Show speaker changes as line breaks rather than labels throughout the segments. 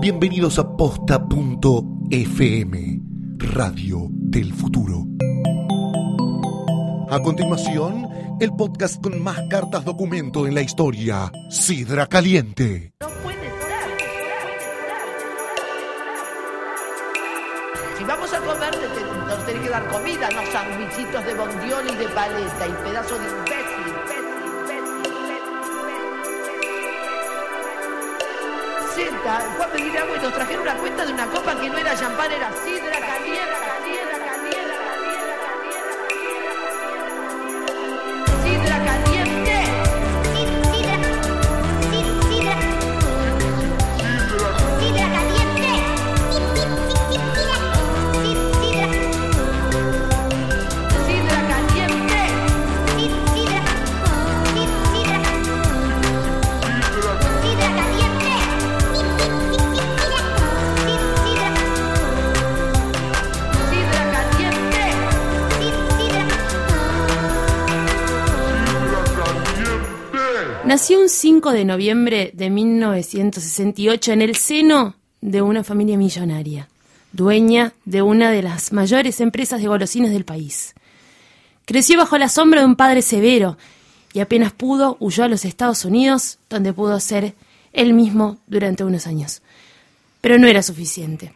Bienvenidos a posta.fm, Radio del Futuro. A continuación, el podcast con más cartas documento en la historia, Sidra Caliente.
No puede ser. Si vamos a comer, te- te- nos tenés que dar comida, no sandwichitos de bondiol y de paleta y pedazo de imbécil. Senta, fue a pedir agua y nos trajeron una cuenta de una copa que no era champán, era sidra caliente, caliente, caliente, caliente, caliente, caliente. Sidra caliente. Sidra caliente. Sidra caliente.
Nació un 5 de noviembre de 1968 en el seno de una familia millonaria, dueña de una de las mayores empresas de golosinas del país. Creció bajo la sombra de un padre severo y apenas pudo huyó a los Estados Unidos, donde pudo ser él mismo durante unos años. Pero no era suficiente.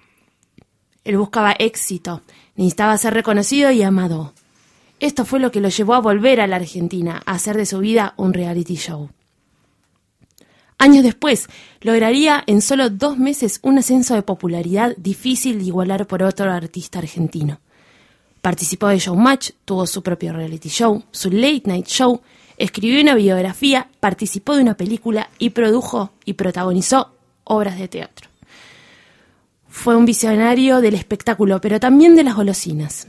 Él buscaba éxito, necesitaba ser reconocido y amado. Esto fue lo que lo llevó a volver a la Argentina, a hacer de su vida un reality show. Años después, lograría en solo dos meses un ascenso de popularidad difícil de igualar por otro artista argentino. Participó de Showmatch, tuvo su propio reality show, su late night show, escribió una biografía, participó de una película y produjo y protagonizó obras de teatro. Fue un visionario del espectáculo, pero también de las golosinas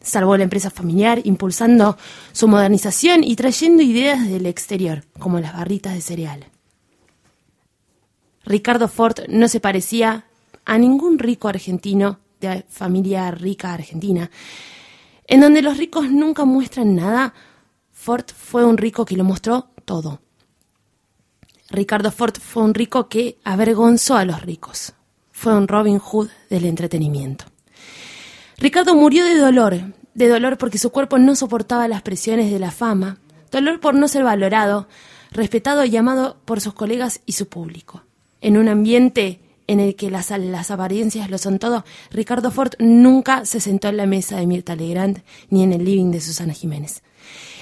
salvó la empresa familiar, impulsando su modernización y trayendo ideas del exterior, como las barritas de cereal. Ricardo Ford no se parecía a ningún rico argentino de familia rica argentina. En donde los ricos nunca muestran nada, Ford fue un rico que lo mostró todo. Ricardo Ford fue un rico que avergonzó a los ricos. Fue un Robin Hood del entretenimiento. Ricardo murió de dolor, de dolor porque su cuerpo no soportaba las presiones de la fama, dolor por no ser valorado, respetado y amado por sus colegas y su público. En un ambiente en el que las, las apariencias lo son todo, Ricardo Ford nunca se sentó en la mesa de Mirta Legrand ni en el living de Susana Jiménez.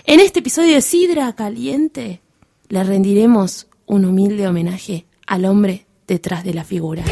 En este episodio de Sidra Caliente le rendiremos un humilde homenaje al hombre detrás de la figura.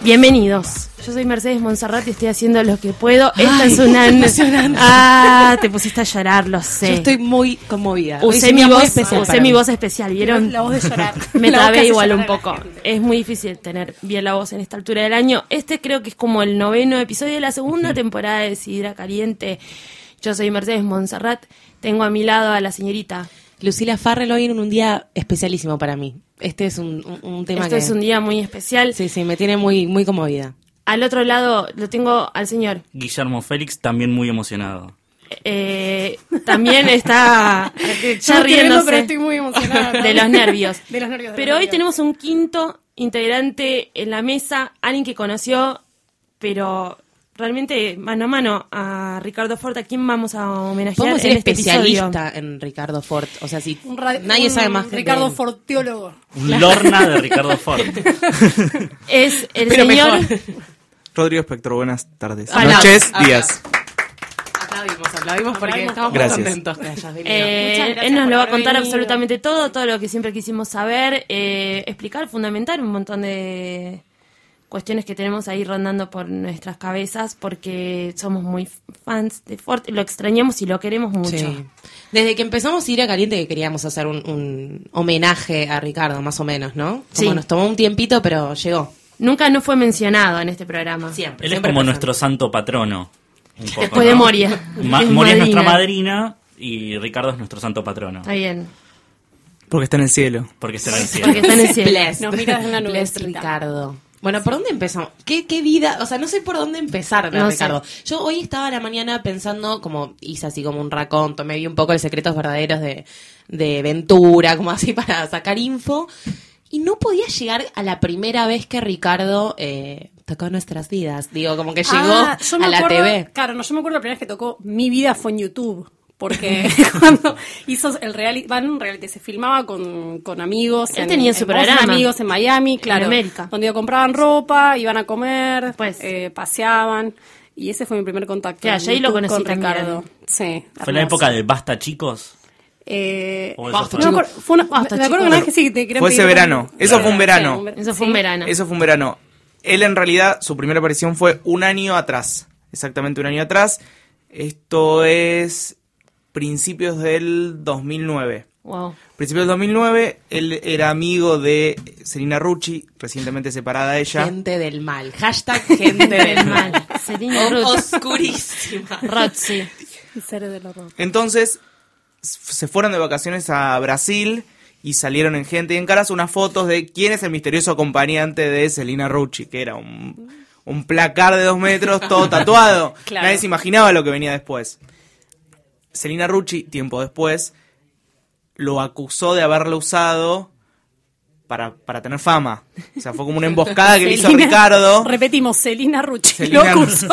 Bienvenidos. Yo soy Mercedes Monserrat y estoy haciendo lo que puedo. Esta
Ay,
es una.
qué emocionante.
Ah, te pusiste a llorar, lo sé.
Yo estoy muy conmovida. Hoy
usé
es un
mi
día muy
voz
especial
usé
para
mi
mí.
voz especial, ¿vieron?
La voz de llorar.
Me
La voz que
trabé
hace
igual
llorar
un
a la
poco.
gente.
Es muy difícil tener bien la voz en esta altura del año. Este creo que es como el noveno episodio de la segunda temporada de Sidra Caliente. Yo soy Mercedes Monserrat. Tengo a mi lado a la señorita.
Lucila Farrell hoy en un día especialísimo para mí. Este es un, un- un tema
Esto
que...
Este es un día muy especial.
Sí, sí, me tiene muy, muy conmovida.
Al otro lado lo tengo al señor
Guillermo Félix también muy emocionado.
Eh, también está ya
Yo estoy riendo,
riéndose
pero estoy muy emocionada.
de los nervios.
De los nervios, de
pero
los
hoy
nervios.
tenemos un quinto integrante en la mesa, alguien que conoció, pero realmente mano a mano a Ricardo Ford, ¿a quién vamos a homenajear
Podemos
en
ser
este episodio?
especialista en Ricardo Ford. O sea, si
Un ra-
nadie
un
sabe más que de
Ricardo
él.
Forteólogo.
Un Lorna de Ricardo Ford.
Es el
Pero
señor
mejor.
Rodrigo Espectro, buenas tardes.
Hola.
Noches,
Hola.
días.
Aplaudimos, aplaudimos porque
Aplaudimos.
estamos
Gracias.
muy contentos que hayas venido.
Eh,
Muchas gracias
él nos
por
lo va a
haber
contar
venido.
absolutamente todo, todo lo que siempre quisimos saber, eh, explicar, fundamentar un montón de cuestiones que tenemos ahí rondando por nuestras cabezas, porque somos muy fans de Ford, lo extrañamos y lo queremos mucho.
Sí. Desde que empezamos a ir a Caliente que queríamos hacer un, un homenaje a Ricardo, más o menos, ¿no?
Sí.
Como nos tomó un tiempito, pero llegó.
Nunca no fue mencionado en este programa.
Siempre.
Él es
siempre
como
presente.
nuestro santo patrono. un poco,
Después de
¿no?
Moria.
Ma-
Es
Moria es nuestra
madrina.
madrina y Ricardo es nuestro santo patrono.
Está bien.
Porque está en el cielo.
Porque será el cielo.
Porque está en el cielo.
Blessed.
Nos mira desde una
Blessed
nubecita.
Ricardo. Bueno, ¿por dónde empezamos? ¿Qué, qué vida? O sea, no sé por dónde empezar, ¿no,
No sé.
Ricardo. Yo hoy estaba a la mañana pensando, como hice así como un raconto, me vi un poco de secretos verdaderos de, de Ventura, como así para sacar info. Y no podía llegar a la primera vez que Ricardo eh, tocó nuestras vidas. Digo, como que llegó
Ah, yo me
a la
acuerdo-
TV.
Claro, no, yo me acuerdo la primera vez que tocó Mi vida fue en YouTube. Porque cuando hizo el reality, van un reality, se filmaba con, con amigos.
Él tenía su
Voz en
programa.
amigos en Miami, claro.
América.
Donde compraban ropa, iban a comer,
Pues.
eh, paseaban. Y ese fue mi primer contacto.
Claro,
en
ya ahí lo
YouTube
conocí
con
también.
Ricardo. Sí.
Fue la
hermoso.
época del basta, chicos.
Eh,
O
no
eso fue-
me acuerdo- fue una-
Basta,
me acuerdo
chicos.
que una vez que sí, te querían
Fue ese
pedir-
verano. Eso fue un verano.
Eso fue un verano.
Eso fue un verano. Él en realidad, su primera aparición fue un año atrás. Exactamente un año atrás. Esto es principios del 2009.
Wow.
Principios del 2009, él era amigo de Selina Rucci, recientemente separada ella.
Gente del mal. Hashtag gente del mal.
Selena Ruth.
Oscurísima.
Rotzi.
El cero del horror.
Entonces, s- se fueron de vacaciones a Brasil y salieron en gente y en caras unas fotos de quién es el misterioso acompañante de Selina Rucci, que era un, un placar de dos metros todo tatuado.
Claro.
Nadie se imaginaba lo que venía después. Selina Rucci, tiempo después, lo acusó de haberlo usado para, para tener fama. O sea, fue como una emboscada que le hizo
Celina-
Ricardo.
Repetimos, Celina Rucci.
Celina-
lo acusó.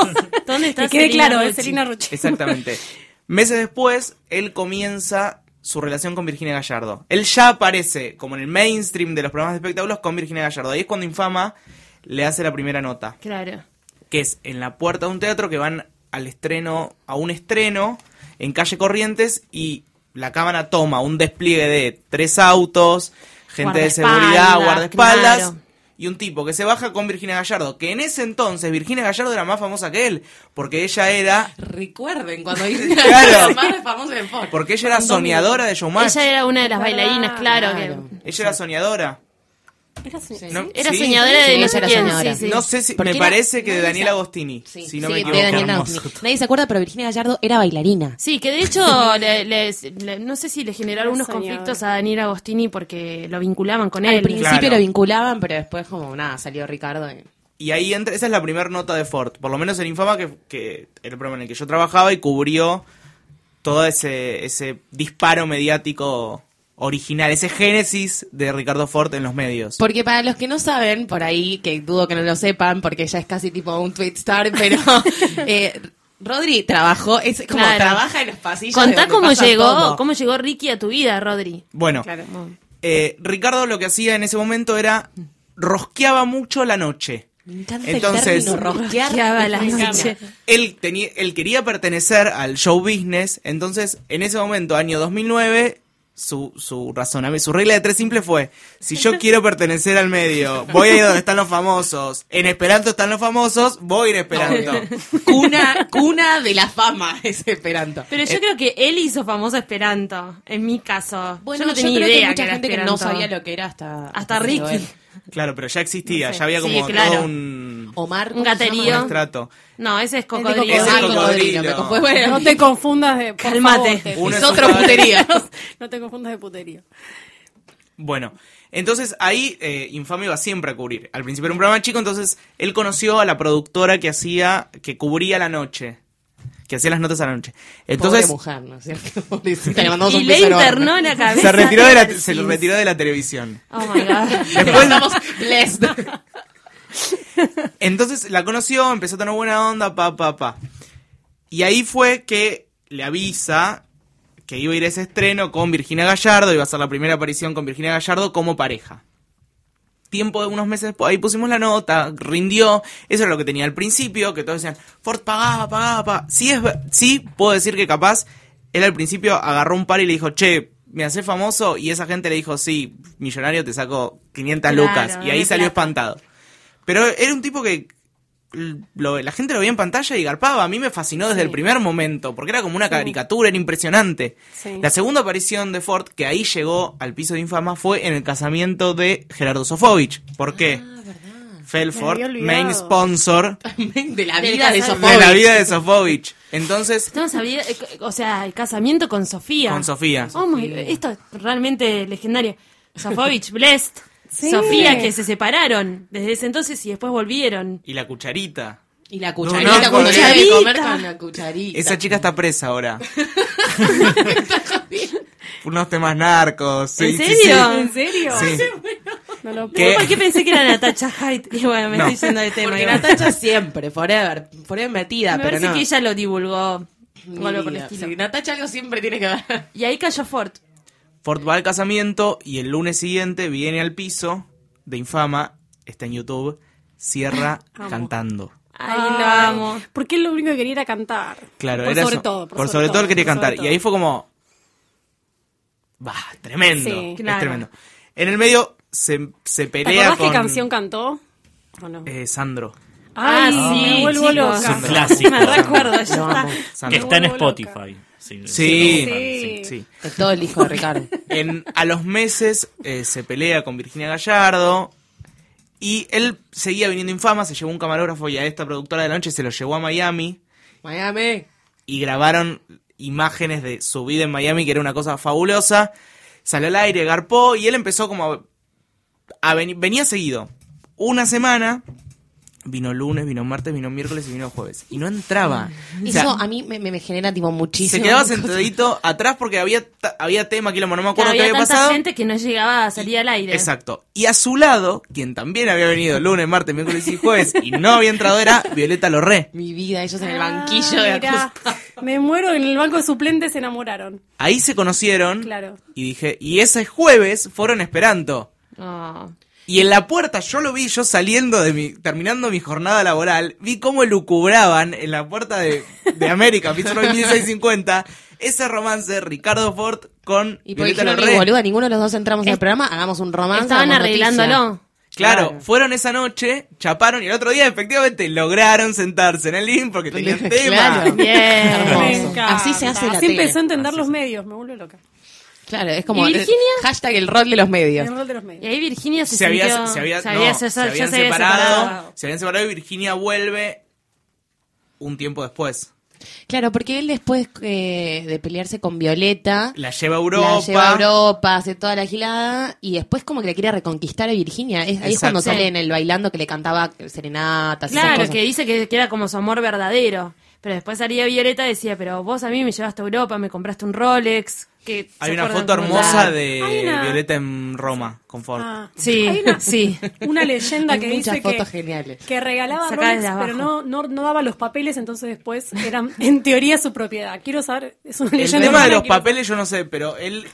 ¿Dónde está
que quede
Celina
claro, es
Rucci?
Celina Rucci.
Exactamente. Meses después, él comienza su relación con Virginia Gallardo. Él ya aparece como en el mainstream de los programas de espectáculos con Virginia Gallardo. Ahí es cuando Infama le hace la primera nota,
Claro.
que es en la puerta de un teatro que van al estreno, a un estreno en calle Corrientes y la cámara toma un despliegue de tres autos, gente de
Guardaespaldas,
seguridad, guardaespaldas.
claro.
Y un tipo que se baja con Virginia Gallardo, que en ese entonces Virginia Gallardo era más famosa que él, porque ella era
Recuerden cuando hice
Claro.
la más famosa en Fox.
Porque ella era soñadora de Showmatch.
Ella era una de las bailarinas, claro.
Claro.
que-
Ella era soñadora. No,
Era
sí.
soñadora de
Sí,
no
ella
sé
era
quién.
soñadora.
sí, sí.
No sé si.
Porque
Me
era-
parece que de
nadie
Daniel
se-
Agostini.
Sí,
Si no
sí,
me
de
equivoco.
Daniel
Qué
Agostini.
hermoso.
Nadie se acuerda, pero Virginia Gallardo era bailarina.
Sí, que de hecho le, les- le- no sé si le generó
Era
algunos
soñadora.
conflictos a Daniel Agostini porque lo vinculaban con él.
Al principio
Claro.
lo vinculaban, pero después como nada, salió Ricardo. y-
Y ahí entra. Esa es la primera nota de Ford. Por lo menos en Infama, que, que era el programa en el que yo trabajaba y cubrió todo ese, ese disparo mediático original, ese génesis de Ricardo Ford en los medios.
Porque para los que no saben, por ahí, que dudo que no lo sepan, porque ya es casi tipo un tweet star, pero eh, Rodri trabajó, es como
Claro.
trabaja en los pasillos. de
Contá
donde
cómo
pasa
llegó,
todo.
cómo llegó Ricky a tu vida, Rodri.
Bueno, eh, Ricardo lo que hacía en ese momento era rosqueaba mucho la noche.
Me encanta
Entonces-
el término rosquear.
Rosqueaba la
Me encanta.
noche.
él, tenía, él quería pertenecer al show business, entonces en ese momento, año 2009, su, su razonamiento, su regla de tres simple fue, si yo quiero pertenecer al medio, voy a ir donde están los famosos, en Esperanto están los famosos, voy a ir a Esperanto.
Cuna, cuna de la fama, ese Esperanto.
Pero yo creo que él hizo famoso Esperanto, en mi caso. yo no
yo
tenía
creo que
idea
hay mucha
que era
gente que no
Esperanto.
sabía lo que era hasta...
Hasta Ricky.
Claro, pero ya existía,
No sé.
ya había
Sí,
como
claro.
todo un,
Omar.
Un
un
gaterío.
estrato.
No, ese es
de
Cocodrilo.
Ese es
Ese
Ay,
Cocodrilo.
cocodrilo. Me confundí. Bueno,
No te confundas de. por
Calmate.
favor, te-
Uno
es
un
otro
padre.
putería.
No te confundas de putería.
Bueno, entonces ahí eh, Infame iba siempre a cubrir. Al principio era un programa chico, entonces él conoció a la productora que hacía, que cubría la noche, que hacía las notas a la noche.
Entonces,
Entonces
mujer, ¿no es cierto? Pobrecita, le mandamos
Y
un
le
beso enorme.
internó en la cabeza.
se retiró de la,
Ever
se
Sims.
retiró de la televisión.
Oh my god.
Le
Después-
mandamos blessed.
Entonces la conoció, empezó a tener buena onda, pa, pa, pa. Y ahí fue que le avisa que iba a ir a ese estreno con Virginia Gallardo, iba a ser la primera aparición con Virginia Gallardo como pareja. Tiempo de unos meses después, ahí pusimos la nota, rindió, eso era lo que tenía al principio, que todos decían, Ford pagaba, pagaba, pagaba. Sí, es, ver- sí, puedo decir que capaz, él al principio agarró un par y le dijo, che, me hace famoso, y esa gente le dijo, sí, millonario, te saco 500
Claro,
lucas, y ahí
dame
salió
plata.
espantado. Pero era un tipo que lo- la gente lo veía en pantalla y garpaba. A mí me fascinó desde el primer momento, porque era como una caricatura, era impresionante.
Sí.
La segunda aparición de Ford, que ahí llegó al piso de infama, fue en el casamiento de Gerardo Sofovich. ¿por qué? Felford,
había olvidado.
main sponsor
De la
Del
vida de
casal.
Sofovich.
de la vida de Sofovich. Entonces,
Estamos había- eh, c- o sea, el casamiento con Sofía.
Con Sofía.
Oh my- esto es realmente legendario. Sofovich, Blessed. Sofía, que se separaron desde ese entonces y después volvieron.
y la cucharita.
Y la
No,
cucharita,
no,
cuando
cucharita.
tiene que comer con la cucharita.
Esa chica está presa ahora. Por unos temas narcos. sí,
¿En
sí, sí.
serio?
¿En serio?
Sí.
No lo
¿Qué?
¿Por qué pensé que era Natasha Hyde? Y bueno, me
Eh. No.
estoy yendo de tema.
Porque
igual.
Natacha siempre, forever, forever metida,
Ah,
me
pero
parece
no.
que ella lo divulgó.
Mi
o algo por el
vida.
estilo.
Sí, Natacha algo siempre tiene que ver.
Y ahí cayó Ford.
Ford va al casamiento y el lunes siguiente viene al piso de Infama, está en YouTube, cierra cantando.
Ay,
Ah.
lo amo.
Porque él lo único que quería era cantar.
Claro,
por
era
sobre
eso.
todo.
Por, sobre, todo él quería
por sobre
cantar.
todo.
Y ahí fue como. Bah, tremendo.
Sí,
es
claro.
tremendo. En el medio se, se
¿Te
pelea
acordás
con.
qué canción cantó? ¿O no?
eh, Sandro.
Ah,
Ay,
sí,
me vuelvo
chicos.
Es un
loca.
clásico.
Me recuerdo, ya
Lo
está.
amo.
Que
Sandro.
está en
Me vuelvo loca.
Spotify. Sí.
Sí.
sí.
Sí.
Sí.
Es todo el hijo de Ricardo.
En- a los meses eh, se pelea con Virginia Gallardo. Y él seguía viniendo infama, se llevó un camarógrafo y a esta productora de la noche se lo llevó a Miami.
Miami.
y grabaron imágenes de su vida en Miami, que era una cosa fabulosa. Salió al aire, garpó y él empezó como a, a veni- venía seguido. Una semana vino lunes, vino martes, vino miércoles y vino jueves y no entraba. O sea,
Eso a mí me, me- me genera tipo Mm. muchísimo.
se quedaba sentadito atrás porque había ta- había tema que no me
Claro,
acuerdo qué
había
había
tanta
pasado.
gente que no llegaba a salir al aire.
Exacto. Y a su lado, quien también había venido lunes, martes, miércoles y jueves y no había entrado era Violeta Lorré.
Mi vida, ellos en el
Ah,
banquillo de
mirá.
acusado.
Me muero, en el banco de suplentes se enamoraron.
Ahí se conocieron.
Claro.
Y dije, y ese jueves fueron esperando.
Ah.
Y en la puerta yo lo vi, yo saliendo de mi, terminando mi jornada laboral, vi cómo lucubraban en la puerta de, de América, Pizarro 1650, ese romance de Ricardo Ford con
Y porque
Violeta
dijeron,
Lorré.
"Ni boluda, ninguno de los dos entramos en el programa, hagamos un romance.
Estaban
hagamos
arreglándolo.
noticia".
Claro,
Claro.
fueron esa noche, chaparon y el otro día efectivamente lograron sentarse en el living porque tenían tema.
Claro.
Bien.
Me
Hermoso.
encanta.
Así se hace la
Así
tele.
empezó a entender los medios, me vuelvo loca.
Claro, es como
¿Y Virginia?
hashtag el rol de los medios.
El rol de los
Y
medios.
ahí Virginia se,
Se, había,
sintió-
se, había-
se
no,
había- se-
se
ya
habían
se había
separado,
separado.
se habían separado y Virginia vuelve un tiempo después.
Claro, porque él después eh, de pelearse con Violeta,
La lleva a
la
Europa.
lleva a Europa, hace toda la gilada, y después como que le quiere reconquistar a Virginia. Es- ahí es cuando
Exacto.
sale en el bailando que le cantaba serenatas. esas
Claro,
cosas.
que dice que, que era como su amor verdadero. Pero después salía Violeta y decía, pero vos a mí me llevaste a Europa, me compraste un Rolex. Que
Hay
¿se
una
acuerdan
foto
cómo
hermosa
era?
de
Hay una-
Violeta en Roma, con Ford.
Ah.
Sí,
Hay una,
sí.
una leyenda
Hay
que
muchas
dice
fotos
que,
geniales.
que regalaba
Sacá
Rolex,
desde abajo.
pero no, no, no daba los papeles, entonces después eran en teoría su propiedad. Quiero saber, es una
El
leyenda.
tema de
urbana,
los
quiero-
papeles yo no sé, pero él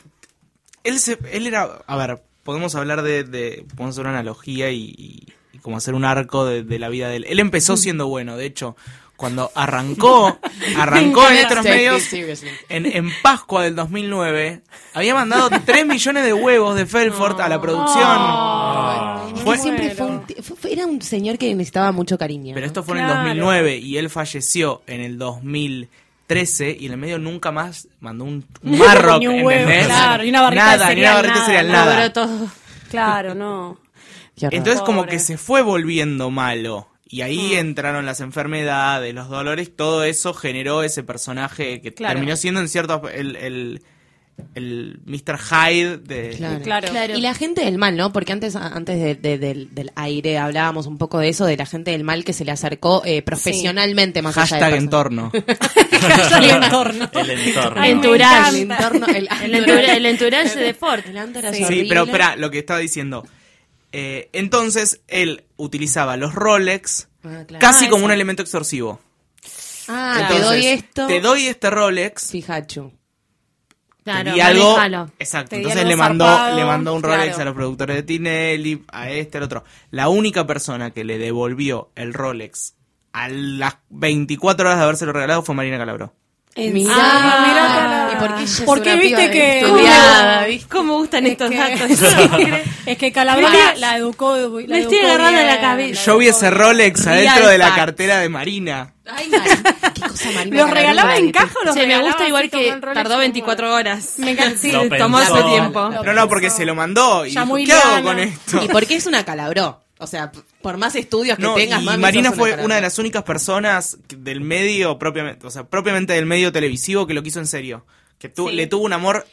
él se, él era, a ver, podemos hablar de, de- podemos hacer una analogía y, y- y como hacer un arco de, de la vida de él. Él
Mm.
empezó siendo bueno, de hecho, cuando arrancó, arrancó en estos
Take
medios
this seriously.
en, en Pascua del 2009 había mandado 3 millones de huevos de Felford a la producción.
Oh,
Ah.
Es que
Fue-
siempre fue un t- fue- fue- era un señor que necesitaba mucho cariño.
Pero
¿no?
esto fue en
Claro.
el 2009 y él falleció en el 2013 y en el medio nunca más mandó un un marroc,
Ni un huevo,
¿entendés?
claro, ni una barrita
nada,
de
ni una
cereal,
barrita de
nada,
cereal,
nada.
nada.
Cobró todo.
Claro, no.
Qué horror.
Entonces como
Pobre. Mm.
que se fue volviendo malo y ahí entraron las enfermedades, los dolores, todo eso generó ese personaje que
Claro.
terminó siendo en cierto el, el, el Mr. Hyde de...
Claro.
Claro.
Claro.
Y la gente del mal, ¿no? Porque antes, antes de- de- del, del aire hablábamos un poco de eso, de la gente del mal que se le acercó eh, profesionalmente más allá
Hashtag
de personal.
entorno.
el entorno.
El entorno.
Ay, me
Entourage.
encanta.
entorno. El,
El, entourage, el entourage de Ford.
El entourage
Sí,
Sí,
horrible.
pero espera, lo que estaba diciendo. Eh, entonces, él utilizaba los Rolex
Ah, claro.
casi
Ah,
como
eso.
un elemento extorsivo.
Ah,
Entonces,
te doy esto.
Te doy este Rolex.
Fijachu.
Claro,
y algo.
manejalo.
Exacto.
Te di
Entonces
algo
le mandó,
zarpado,
le mandó un Rolex
claro.
a los productores de Tinelli, a este, al otro. La única persona que le devolvió el Rolex a las 24 horas de habérselo regalado fue Marina Calabró.
Mirá,
Ah,
¿y
mirá,
por
cara.
qué ella es
¿Por qué
una
viste
piba
que
estudiada,
¿Cómo?
¿viste? ¿Cómo gustan estos
que-
datos?
Es que Calabró la, la educó. La
Le estoy
educó
agarrando
bien,
la cabeza.
Yo vi ese Rolex
Real
adentro de la
fact.
cartera de Marina.
Ay, Mari- qué cosa Marina
¿Los
Calabró,
regalaba en
Mari,
caja o los
Che, me
regalaba
gusta igual
así como
que
en Rolex
tardó
como-
24 horas.
Me encanta, sí.
Lo pensó.
Tomó su tiempo.
No, no, porque se lo mandó y
Ya
dijo,
muy
¿qué hago
liviana.
con esto?
¿Y por qué es una Calabró? O sea, p- por más estudios que
No,
tengas,
y
mami,
Marina
sos
fue
tarada.
una de las únicas personas que- del medio, propiamente, o sea, propiamente del medio televisivo que lo quiso en serio. Que tu-
Sí.
le tuvo un amor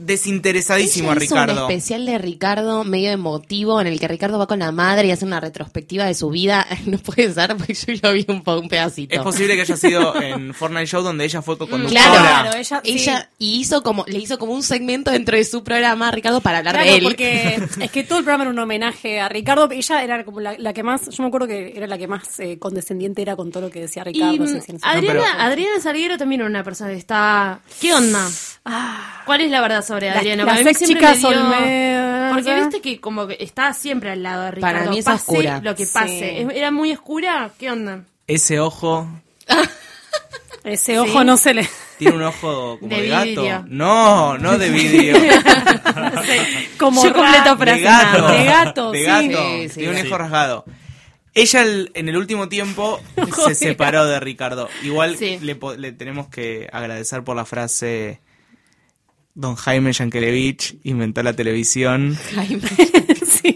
desinteresadísimo
Ella
a
hizo
Ricardo.
Un especial de Ricardo medio emotivo en el que Ricardo va con la madre y hace una retrospectiva de su vida. No puede ser porque yo lo vi un, po- un pedacito.
Es posible que haya sido en Fortnite Show donde ella fue co-conductora.
Claro,
Claro,
ella,
ella- sí.
y hizo como le hizo como un segmento dentro de su programa a Ricardo para hablar
Claro,
de él.
porque es que todo el programa era un homenaje a Ricardo. Ella era como la, la que más, yo me acuerdo que era la que más eh, condescendiente era con todo lo que decía
Y
Ricardo. no sé si
mm,
en ese
Adriana,
No,
momento.
Adriana Salguero también era una persona que está... ¿Qué onda? ¿Cuál es la verdad sobre
Las-
Adriana?
las
Para mí
ex
siempre
chicas
me dio-
Olmedo,
Porque
¿verdad?
viste que como que está siempre al lado de Ricardo.
Para mí es
pase
oscura.
lo que
Sí.
pase. Es- Era muy oscura. ¿Qué onda?
Ese ojo
Ese ojo no se le...
tiene un ojo como
De
de, gato.
vidrio.
No, no de vidrio.
Como
Yo completo
ra-
de
frase
gato.
nada.
De gato,
De
sí.
gato.
Sí, sí,
tiene un
sí.
ojo rasgado. Ella el- en el último tiempo se separó de Ricardo. Igual
Sí.
le, po- le tenemos que agradecer por la frase. Don Jaime Yankelevich inventó la televisión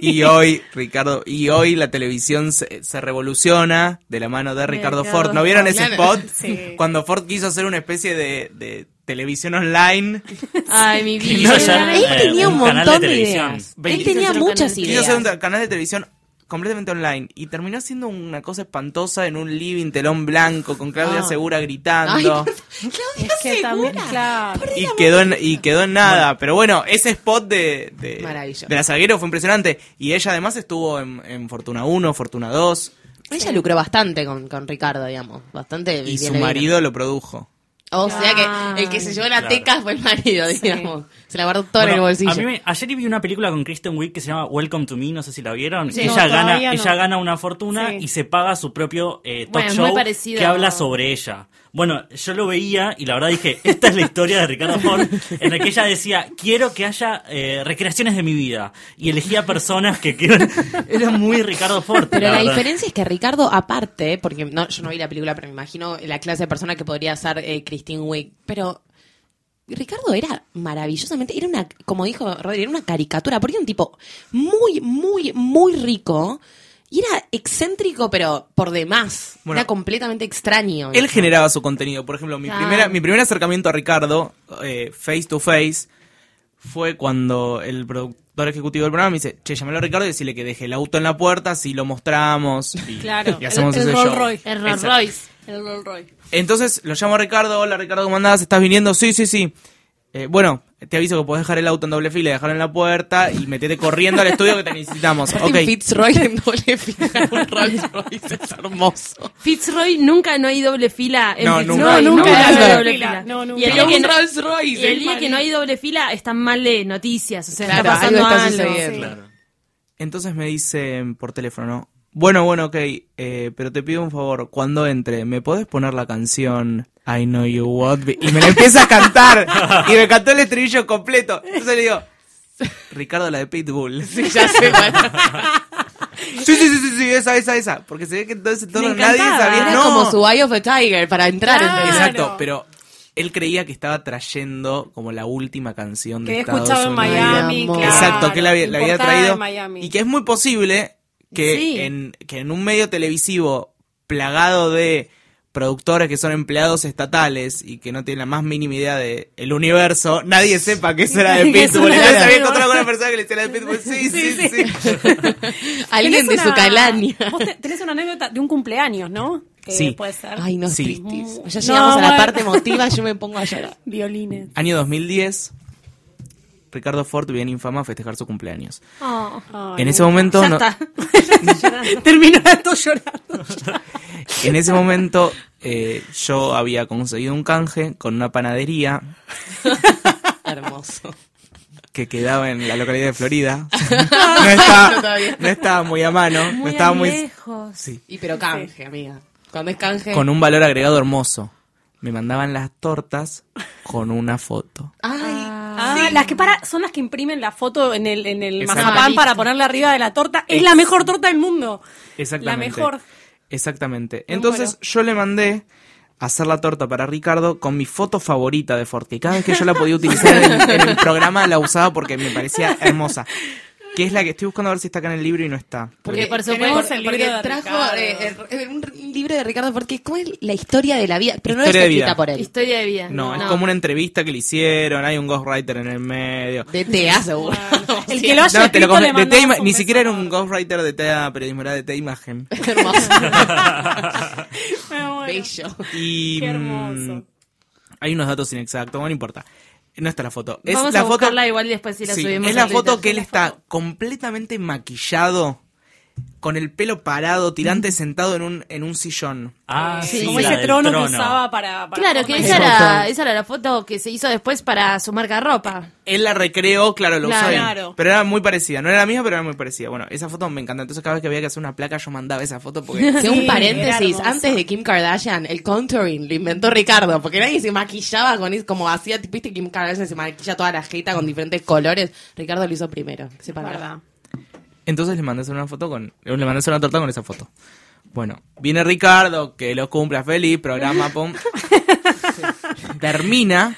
y hoy Ricardo y hoy la televisión se, se revoluciona de la mano de Ricardo
Ricardo
Ford. ¿No vieron ese
Claro.
spot?
Sí.
Cuando Ford quiso hacer una especie de- de televisión online
Ay, mi vida.
Quiso hacer,
Él
eh,
tenía un,
un canal de
montón de,
televisión.
ideas. Él
Veinte-
tenía
Quiso hacer un
muchas
canal.
Quiso
ideas.
hacer un canal de televisión completamente online y terminó siendo una cosa espantosa en un living telón blanco con Claudia
Ah.
Segura
Ay,
gritando
por favor, Claudia
Es que
Segura.
también, claro.
y quedó en, y quedó en nada pero bueno ese spot de de,
Maravilloso.
de la Salguero fue impresionante y ella además estuvo en, en Fortuna 1 Fortuna 2
Ella lucró bastante con, con Ricardo, digamos. Bastante
y
bien
su
le vino.
marido lo produjo
O sea que el que se llevó la
Claro.
teca fue el marido, digamos. Se la guardó todo en el
Bueno,
bolsillo.
a mí me- ayer vi una película con Kristen Wiig que se llama Welcome to Me, no sé si la vieron.
Sí.
ella
No,
gana,
todavía no.
ella gana una fortuna
Sí.
y se paga su propio eh, talk
Bueno, es muy
show
parecido.
que habla sobre ella. Bueno, yo lo veía y la verdad dije, esta es la historia de Ricardo Ford, en la que ella decía, quiero que haya eh, recreaciones de mi vida. Y elegía personas que quieran... Era muy Ricardo Ford.
Pero la,
verdad.
diferencia es que Ricardo, aparte, porque no, yo no vi la película, pero me imagino la clase de persona que podría ser eh, Christine Wiig, pero Ricardo era maravillosamente, era una, como dijo Rodri, era una caricatura, porque era un tipo muy, muy, muy rico y era excéntrico, pero por demás.
Bueno,
era completamente extraño.
Él generaba su contenido. Por ejemplo, mi,
Claro.
primera, mi primer acercamiento a Ricardo, eh, face to face, fue cuando el productor ejecutivo del programa me dice, che, llamalo a Ricardo y decirle que deje el auto en la puerta, si lo mostramos. Y,
Claro,
y hacemos
el- el
ese
Rolls
show.
Royce.
El Rolls
Exacto.
Royce.
El Rolls Royce.
Entonces lo llamo a Ricardo, hola Ricardo, ¿cómo andás? ¿Estás viniendo? Sí, sí, sí. Eh, bueno, te aviso que podés dejar el auto en doble fila, dejarlo en la puerta y metete corriendo al estudio que te necesitamos.
Martin
Ok.
Fitzroy en doble fila en un Rolls Royce, es hermoso.
Fitzroy nunca no hay doble fila. En
No,
Fitzroy,
nunca.
nunca,
Nunca.
no hay
Nunca.
doble
Fila.
fila.
No, nunca.
Y el
Pero
día que
un
no,
Rolls Royce.
y el día
hermano.
que no hay doble fila están mal de noticias. O sea,
Claro,
está pasando
algo está
algo.
sucediendo.
Sí.
Entonces me dicen por teléfono, bueno, bueno, ok, eh, pero te pido un favor, cuando entre, ¿me podés poner la canción I Know You Would Be? Y me la empieza a cantar, y me cantó el estribillo completo. Entonces le digo, Ricardo, la de Pitbull. Sí,
Sí, ya sé, bueno.
sí, sí, sí, sí, esa, esa, esa. Porque se ve que entonces todo nadie
encantaba.
sabía.
Era
No,
como su Eye of a Tiger para entrar.
Claro.
¿entendés?
exacto, pero él creía que estaba trayendo como la última canción de
Que he
Estados
escuchado en
Unidos.
Miami,
Ay, amor.
claro.
Exacto, que la, había- la había
Importada de
traído.
Miami.
Y que es muy posible que,
Sí.
en, que en un medio televisivo plagado de productores que son empleados estatales y que no tienen la más mínima idea del el universo, nadie sepa que eso era de
Que es
Pitbull.
una-
Y nadie se había encontrado con una persona que le decía la de Pitbull. Sí, sí, sí.
Alguien de
Tenés
su
una-
calaña.
Vos te- tenés una anécdota de un cumpleaños, ¿no? Que
Sí.
puede ser.
Ay, no, es
Sí.
tristísimo. Ya
No,
llegamos a la
bueno.
parte emotiva, yo me pongo a llorar.
Violines.
Año 2010. Ricardo Ford viene infama a festejar su cumpleaños.
Ay,
en ese momento
Ya
no-
está.
Terminando llorando.
En ese momento eh, yo había conseguido un canje con una panadería
Hermoso.
que quedaba en la localidad de Florida. No estaba,
todavía.
no estaba muy a mano, no
Muy
estaba muy
lejos.
sí,
Y pero canje, amiga. Cuando es canje.
con un valor agregado hermoso. Me mandaban las tortas con una foto.
Ay,
Ah, las que para, son las que imprimen la foto en el, en el
Exacto.
mazapán
Ah,
para ponerla arriba de la torta. Es la mejor torta del mundo.
Exactamente.
La mejor.
Exactamente.
Me
Entonces
muero.
yo le mandé a hacer la torta para Ricardo con mi foto favorita de Ford, que cada vez que yo la podía utilizar en, en el programa la usaba porque me parecía hermosa. que es la que estoy buscando a ver si está acá en el libro y no está.
Porque por
tenemos
supuesto,
el libro de
trajo eh,
Ricardo.
eh, un libro de Ricardo porque es como el- la historia de la vida, pero no
Historia
es
de
escrita
vida.
por él.
historia de vida.
No, es como una entrevista que le hicieron, hay un ghostwriter en el medio.
De TEA, seguro.
El que lo haya
No, te
escrito le
lo confes- de
mandamos
T-
un
ni
beso
siquiera era un
enorme.
ghostwriter de TEA periodismo, era de TEA imagen.
Qué hermoso.
Me muero.
Bello.
Y
Qué
mm,
hermoso.
hay unos datos inexactos, bueno, no importa. No está la foto. Es
Vamos
la
a
foto,
buscarla igual después si la
Sí,
subimos.
es la
al
foto
Twitter.
que él está completamente maquillado, con el pelo parado, tirante, sentado en un, en un sillón.
Ah,
Eh,
sí,
como
la
ese
del
trono, que usaba para. para
Claro, que
formar-
esa era, esa era la foto que se hizo después para su marca ropa.
Él la recreó, claro, lo usó él.
Claro.
Pero era muy parecida. No era la misma, pero era muy parecida. Bueno, esa foto me encanta. Entonces cada vez que había que hacer una placa yo mandaba esa foto porque...
Según
Sí, era
paréntesis,
hermoso.
antes de Kim Kardashian, el contouring lo inventó Ricardo, porque nadie se maquillaba con eso, como hacía, tipo, viste, Kim Kardashian se maquilla toda la jeta con diferentes colores. Ricardo lo hizo primero, que sepan la
Verdad.
Entonces le mandé hacer una foto con... Le mandé hacer una torta con esa foto. Bueno, viene Ricardo, que los cumpla feliz, programa, pum. termina,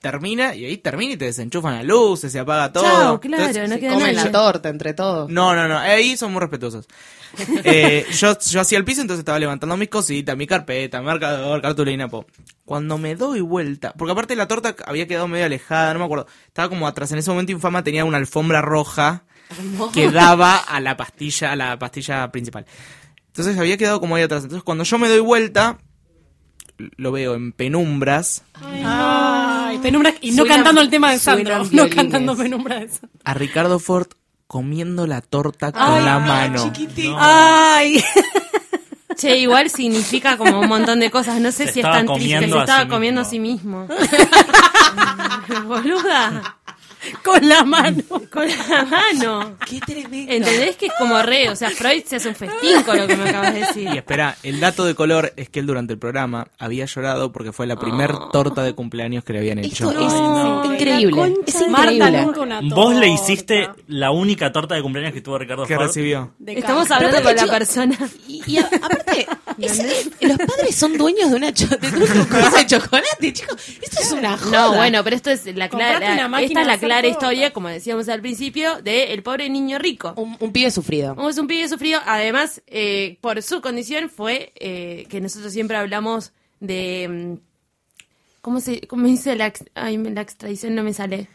termina, y ahí termina y te desenchufan las luces, se apaga todo.
Chau, claro,
Entonces,
no
Se
queda
comen
nada.
la torta entre todos.
No, no, no, ahí son muy respetuosos. Eh, yo, yo hacía el piso, entonces estaba levantando mis cositas, mi carpeta, mi marcador, cartulina, po. Cuando me doy vuelta, porque aparte la torta había quedado medio alejada, no me acuerdo. Estaba como atrás, en ese momento Infama tenía una alfombra roja que daba a la pastilla, a la pastilla principal. Entonces había quedado como ahí atrás. Entonces cuando yo me doy vuelta, lo veo en penumbras,
Ay, penumbra- y no
Suenan-
cantando el tema de Sandro.
suenan
No
violines.
cantando penumbra de Sandro.
a Ricardo Ford comiendo la torta con la mano.
Ay.
Che, igual significa como un montón de cosas. No sé
Se
si es
estaba
tan triste.
comiendo
Se
a
estaba
sí
comiendo a
mismo.
sí mismo. Boluda.
Con la mano.
Con la mano.
Qué tremendo.
¿Entendés que es como re? O sea, Freud se hace un festín con lo que me acabas de
Y
decir.
espera, el dato de color es que él durante el programa había llorado porque fue la primer
Ah.
torta de cumpleaños que le habían hecho.
Esto es increíble. Es
Marta
increíble.
nunca una
Vos le
torta.
hiciste la única torta de cumpleaños que tuvo Ricardo
que
Ford.
recibió.
De
Estamos
caca.
hablando
Pero
con
aparte,
la persona.
Y, y a- aparte, es- eh, los padres son dueños de una cho- de un concurso de chocolate, chicos. Esto es una joda.
No, bueno, pero esto es la
Comprate una
clara.
máquina
Esta es
de
la
hacer
clara
torta.
historia, como decíamos al principio, de el pobre niño rico.
Un, un pibe sufrido.
Es un pibe sufrido. Además, eh, por su condición fue eh, que nosotros siempre hablamos de. mm, ¿Cómo se cómo dice la, ex- ay, la extradición? No me sale.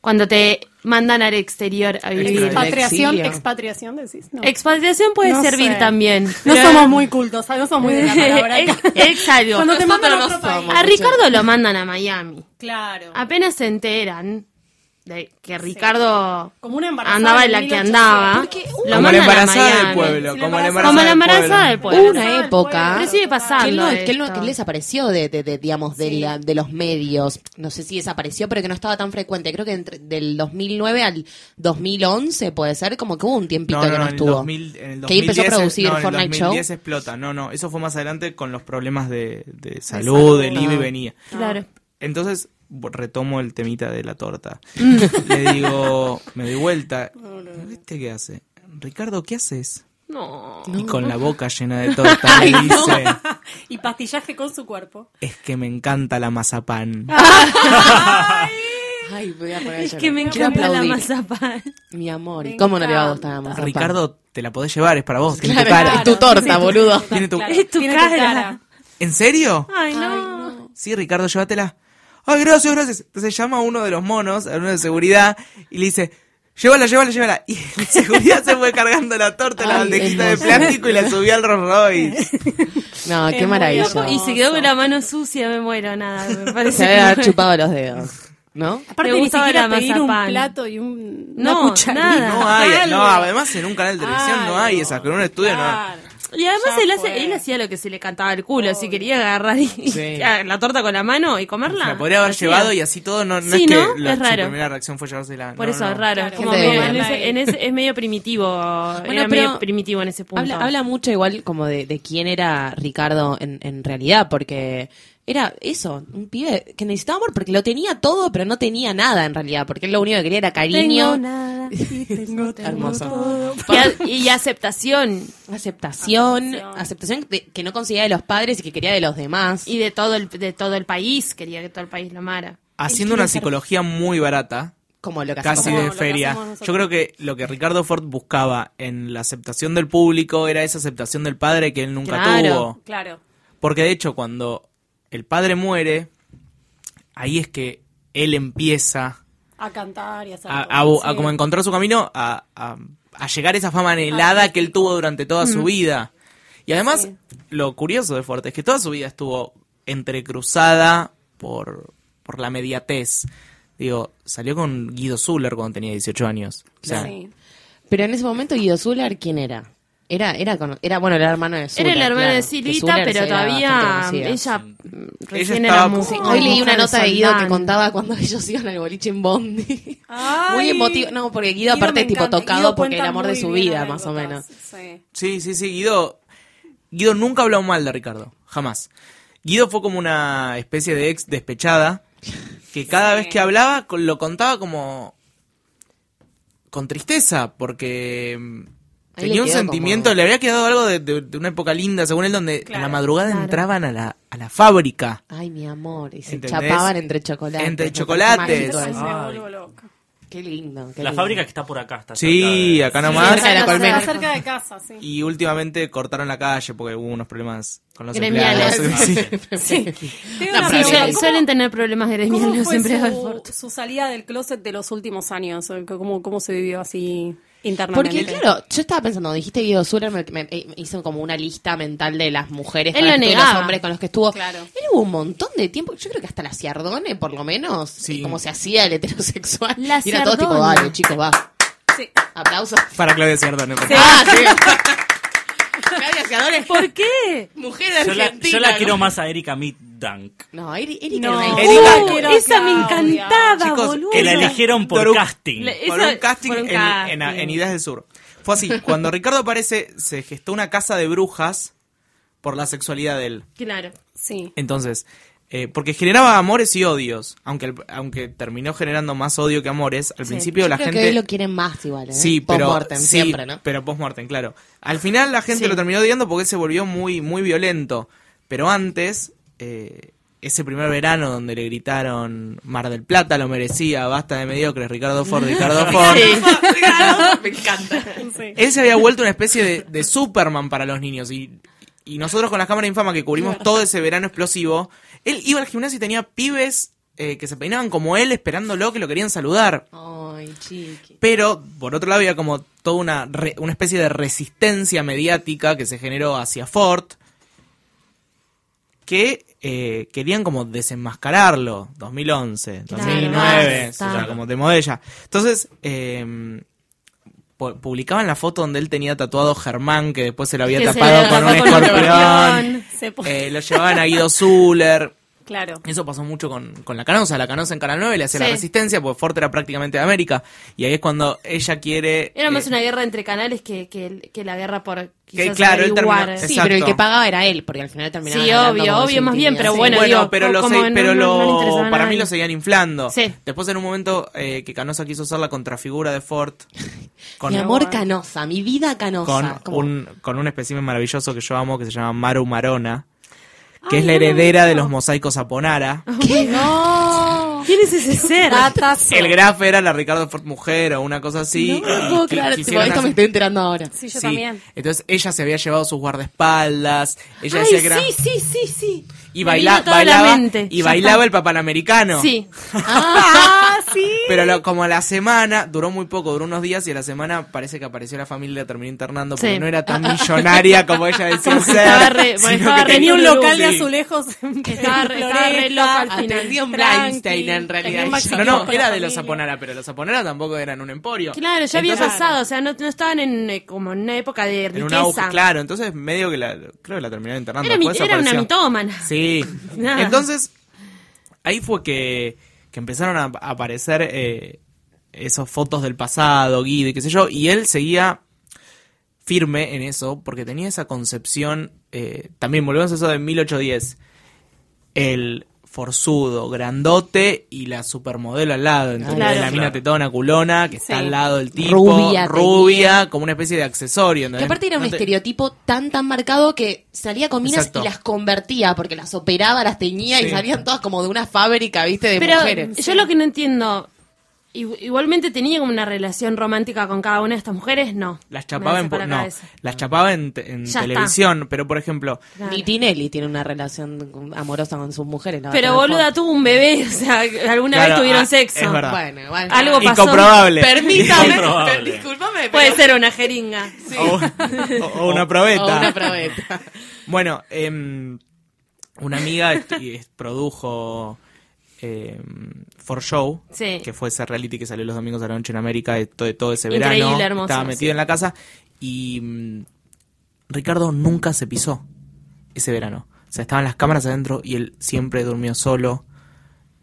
Cuando te mandan al exterior a vivir.
Extradición.
Expatriación,
Exilio.
expatriación decís. No,
Expatriación puede
No
servir
sé.
también.
no
pero-
somos muy cultos, o sea, no somos muy de la palabra.
es, es algo.
Cuando te mandan a
Nosotros
otro
no
país.
somos.
A Ricardo lo mandan a Miami.
Claro.
Apenas se enteran de que Ricardo
Como una embarazada
andaba en
de
la que
1800.
andaba.
¿Por qué?
Lo
como la
mandan a
embarazada del
Miami.
pueblo.
Si la
como la
embarazada-
embarazada,
Como la
del
embarazada del
pueblo.
pueblo.
Una época.
Pero sigue pasando.
Que él, no, que él no-
esto.
que él desapareció de, de- de, digamos, de, la- de los medios. No sé si desapareció, pero que no estaba tan frecuente. Creo que entre- del 2009 al 2011, puede ser, como que hubo un tiempito
No, no,
que no,
no, en el
estuvo.
2000 en el
que ahí empezó a
2010
producir
no, en el
Fortnite
2010
Show.
explota. No, no, eso fue más adelante con los problemas de, de salud, del IVA y
Ah.
venía.
Claro.
Entonces bu- retomo el temita de la torta.
Mm.
Le digo, me doy vuelta. ¿Viste qué hace? Ricardo, ¿qué haces?
No.
Y con la boca llena de torta me dice...
Y pastillaje con su cuerpo.
Es que me encanta la mazapán.
Ah,
Ay, voy a poner a
Es
llorar.
que me
Quiero
encanta la
aplaudir.
mazapán.
Mi amor, ¿y
Me
cómo no le va a
encanta.
gustar la mazapán?
Ricardo, te la podés llevar, es para vos. tiene
Claro,
tu cara.
es tu torta, boludo.
Tiene tu-
Claro.
Es tu
Tiene tu
cara.
cara.
¿En serio?
Ay, no.
Sí, Ricardo, llévatela. Ay, gracias, gracias. Entonces llama a uno de los monos, a uno de seguridad, y le dice, llévala, llévala, llévala. Y el seguridad se fue cargando la torta, en la
Ay,
bandejita de
hermoso.
plástico y la subió al Rolls Royce.
No,
Es
qué
muy
maravilla.
hermoso.
Y se quedó con la mano sucia, me muero, nada. Me parece
Se debe haber
que...
chupado los dedos, ¿no?
Aparte
Le
ni
gustaba
siquiera
la
pedir
mazapán.
un plato y un
No,
una cucharita.
nada.
No hay, no,
Algo.
además en un canal de televisión no
Algo.
hay esas, pero en un estudio
Claro.
Y además
Ya
él, hace-
fue.
él hacía lo que se le cantaba el culo. Si quería agarrar y-
Sí.
la torta con la mano y
no.
comerla.
Se la podría haber
lo hacía.
llevado y así todo, no, no
Sí,
es que
¿no?
la-
Es
su
raro.
primera reacción fue llevársela.
Por
No,
eso
no.
es raro.
Claro.
como
Gente
medio-
de
en
bien.
ese- en ese- es medio primitivo. Era
pero
medio primitivo en ese punto.
Habla, habla mucho igual como de, de quién era Ricardo en, en realidad, porque era eso, un pibe que necesitaba amor, porque lo tenía todo, pero no tenía nada en realidad, porque él lo único que quería era cariño,
Tengo nada. y tengo- tengo
Hermoso.
todo. Y, a- y aceptación.
aceptación,
Aceptación.
aceptación de- que no conseguía de los padres y que quería de los demás.
Y de todo el, de todo el país. Quería que todo el país lo amara.
Haciendo una psicología muy barata,
como lo que
casi
hacemos.
de
lo que
feria.
hacemos nosotros.
Yo creo que lo que Ricardo Ford buscaba en la aceptación del público era esa aceptación del padre que él nunca
Claro.
tuvo.
Claro.
Porque de hecho, cuando el padre muere, ahí es que él empieza
A cantar y hacer
a, a-
todo,
a
sí.
como encontrar su camino, a, a- a llegar a esa fama anhelada que él tuvo durante toda
Mm.
su vida. Y además, lo curioso de Forte es que toda su vida estuvo entrecruzada por, por la mediatez. Digo, salió con Guido Zuller cuando tenía 18 años. O sea,
Sí.
Pero en ese momento Guido Zuller, ¿quién era? Era, era, cono- era bueno, era hermano de Zuller.
Era la hermana
claro,
de
que
Silvita,
Zuller
pero
se- era
todavía
bastante conocida.
ella mm, recién
estaba
era
como-
mu-
Sí,
Hoy leí una
mujer
nota de Guido que
soldán.
contaba cuando ellos iban al boliche en Bondi. Muy
Ay.
emotivo. No, porque Guido, aparte
me
es tipo
encanta.
tocado
Guido
porque el
cuenta
amor de
muy
su
bien
vida, más o menos.
anécdotas, Sí.
Sí, sí, sí, Guido. Guido nunca habló mal de Ricardo, jamás. Guido fue como una especie de ex despechada que cada vez que hablaba co- lo contaba como con tristeza, porque mm,
Ahí
tenía
le
un
quedó
sentimiento,
como-
le había quedado algo de, de- de una época linda, según él, donde a la
Claro,
madrugada entraban a la, a la fábrica.
Ay, mi amor. Y se
¿Entendés?
chapaban entre chocolates.
Entre
Me parece
chocolates.
Ay,
mágico eso.
me
Ay.
vuelvo loca.
Qué lindo. qué
La
lindo.
fábrica que está por acá está.
Sí,
cerca de-
acá
Más
nomás.
cerca de la
Cerca-
colmena.
Cerca de casa, sí.
Y últimamente cortaron la calle porque hubo unos problemas con los
Gremiales.
empleados. Sí.
Tengo
No,
una
pero
Sí,
pregunta,
suelen-
¿cómo-
suelen tener problemas
¿Cómo
gremiales los
fue
empleados de
su,
Ford.
su salida del closet de los últimos años? ¿Cómo, cómo se vivió así internamente?
Porque claro, yo estaba pensando, dijiste Guido Zuller, me, me- me hizo como una lista mental de las mujeres
Él
con las
lo
que estuvo y los
negaba.
hombres con los que estuvo.
Claro.
Él hubo un montón de tiempo, yo creo que hasta la Ciardone, por lo menos,
Sí.
como se hacía el heterosexual.
La
y era todo tipo,
Ciardone.
dale, chicos, va.
Sí.
Aplausos.
Para Claudia Ciardone. por favor.
Ah, sí. Claudia Ciardone es
¿Por qué?
mujer
Yo
argentina.
la, yo la
¿no?
quiero más a Erika Middank.
No, Eri, Eri
No.
era una
Eri- Erika-
Uh,
Pero
esa me
Claudia.
encantaba,
Chicos,
boludo.
Que la eligieron por
Doru-
casting.
Le-
por
Eso
un casting,
por un
en-
casting.
En, en Ideas del Sur. Fue así, cuando Ricardo aparece, se gestó una casa de brujas por la sexualidad de él.
Claro.
Sí.
Entonces, eh, porque generaba amores y odios, aunque, el- aunque terminó generando más odio que amores, al principio
Yo
la
creo
gente...
que hoy lo quieren más igual, ¿eh?
Sí, pero
Postmortem,
sí,
siempre, ¿no?
Pero postmortem, claro. Al final la gente
Sí.
lo terminó odiando porque él se volvió muy, muy violento. Pero antes, eh, ese primer verano donde le gritaron Mar del Plata lo merecía, basta de mediocres, Ricardo Ford, Ricardo Ford.
Me encanta.
sí.
Él se había vuelto una especie de, de Superman para los niños. Y, y nosotros con la cámara infama que cubrimos todo ese verano explosivo, él iba al gimnasio y tenía pibes eh, que se peinaban como él esperándolo, que lo querían saludar.
Ay, chiqui.
Pero, por otro lado, había como toda una, re- una especie de resistencia mediática que se generó hacia Ford, que eh, querían como desenmascararlo, 2011,
Claro,
2009,
basta.
o sea, como de modella. Entonces, eh, pu- publicaban la foto donde él tenía tatuado Germán, que después se lo había
Que se
tapado
lo
con un
tapó con un
escorpión.
escorpión.
Se po-
Eh, lo llevaban a Guido Zuller.
claro.
Eso pasó mucho con, con la canosa. La canosa en Canal 9 le hacía la
Sí.
resistencia porque Ford era prácticamente de América. Y ahí es cuando ella quiere.
Era más
eh,
una guerra entre canales que, que, que la guerra por quizás
claro, él terminó-
averiguar.
Sí,
Exacto.
pero el que pagaba era él, porque al final terminaba
Sí, obvio, obvio, más bien, pero
Bueno,
Bueno, digo,
pero,
co-
lo,
como
se-
no-
pero
no- no le
lo-
interesaba a
para mí
nadie.
lo seguían inflando.
Sí.
Después, en un momento eh, que Canosa quiso usar la contrafigura de Ford con,
mi amor canosa, mi vida
con
canosa. Como-
un, con un espécimen maravilloso que yo amo que se llama Maru Marona, que es la heredera de los mosaicos Aponara.
No.
¿Quién es ese ser?
Datazo.
El graf era la Ricardo Ford mujer o una cosa así.
No me puedo
y qui-
creer, tipo,
quisieron
esto me
hacer-
estoy enterando ahora.
Sí, yo
Sí.
también.
Entonces ella se había llevado sus guardaespaldas, ella
Ay,
decía que era-
sí, sí, sí, sí.
y
Me
baila-
vino toda la
bailaba
mente.
y
Ya
bailaba el
está.
papanamericano.
Sí.
Ah, sí.
Pero lo- como a la semana, duró muy poco, duró unos días y a la semana parece que apareció la familia, terminó internando porque
Sí.
no era tan millonaria como ella decía
Ah, Como que
ser.
estaba re- porque
sino
estaba
que
re
tenía
Tenía un
Lulú,
local de
sí.
azulejos en
Estaba re- estaba re loca al final.
Atendió un
Tranqui.
Einstein en realidad.
Tenía un
Ella-
No,
Con la
no, era de los
familia.
Aponara, pero los Aponara tampoco eran un emporio.
Claro, ya había
Entonces,
pasado, o sea, no, no estaban en eh, como en una época de
En un
riqueza.
auge, claro. Entonces medio que la, creo que la terminaron internando.
Era, mi-
después
era una
apareció.
mitómana.
Sí.
Nada.
Entonces, ahí fue que, que empezaron a a aparecer eh, esas fotos del pasado, Guido y qué sé yo, y él seguía firme en eso porque tenía esa concepción, eh, también volvemos a eso de 1810, el forzudo, grandote y la supermodelo al lado, ¿entendés?
Claro.
la mina
Claro.
tetona, culona, que está
Sí.
al lado del tipo,
Rubia
rubia,
tenía.
como una especie de accesorio.
Que
¿entendés?
aparte era un
No te-
estereotipo tan tan marcado que salía con minas
Exacto.
y las convertía, porque las operaba, las teñía y
Sí.
salían todas como de una fábrica, viste, de
Pero
mujeres.
yo lo que no entiendo, Igu- Igualmente tenía como una relación romántica con cada una de estas mujeres, no.
Las
Me
chapaba en,
hace
po-
para la
no,
cabeza.
las chapaba en, te- en
Ya está.
televisión, pero por ejemplo,
Claro.
Ni Tinelli tiene una relación amorosa con sus mujeres. la
Pero
verdad.
boluda tuvo un bebé, o sea, alguna
Claro,
vez tuvieron
ah,
sexo.
es verdad.
Bueno, bueno.
Algo pasó.
incomprobable.
Permítame,
Incomprobable.
per- discúlpame. pero-
Puede ser una jeringa.
O, o- o una probeta.
O una probeta.
Bueno, em, una amiga est- y es- produjo em, For Show,
Sí.
que fue ese reality que salió los domingos a la noche en América de, to- de todo ese
Increíble,
verano.
hermoso,
Estaba
sí.
metido en la casa y mm, Ricardo nunca se pisó ese verano. O sea, estaban las cámaras adentro y él siempre durmió solo.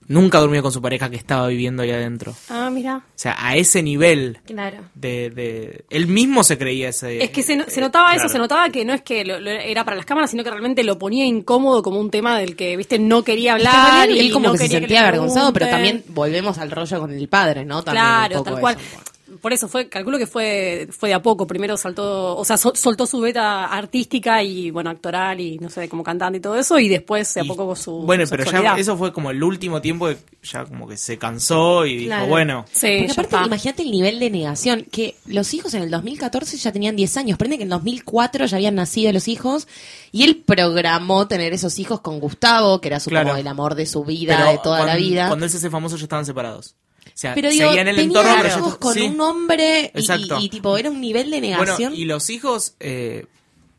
Nunca durmió con su pareja que estaba viviendo ahí adentro. O
Ah, mira.
sea, a ese nivel
Claro.
de... de- él mismo se creía ese...
Es que se, no- se notaba
claro.
eso, se notaba que no es que lo- lo era para las cámaras, sino que realmente lo ponía incómodo como un tema del que, viste, no quería hablar.
y
Y
él como
no
que se
quería
sentía
le
avergonzado, pero
pregunten.
también volvemos al rollo con el padre, ¿no? También
Claro,
un poco
tal cual.
eso.
Por eso fue, calculo que fue, fue de a poco. Primero saltó, o sea, sol- soltó su beta artística y bueno, actoral y no sé, como cantante y todo eso, y después de a
Y-
poco con su.
Bueno, pero ya
sexualidad.
eso fue como el último tiempo que ya como que se cansó y
Claro.
dijo, bueno,
Sí,
Porque
ya
aparte,
está.
imagínate el nivel de negación, que los hijos en el 2014 ya tenían 10 años, prende que en 2004 ya habían nacido los hijos, y él programó tener esos hijos con Gustavo, que era su
Claro.
como el amor de su vida,
pero
de toda la
cuando-
vida.
Cuando él se hace famoso ya estaban separados. O sea,
pero digo,
seguían en el
tenía
entorno, pero ya
hijos
está-
con
sí.
un hombre, y-
Exacto.
Y, y tipo, era un nivel de
Bueno,
negación.
y los hijos eh,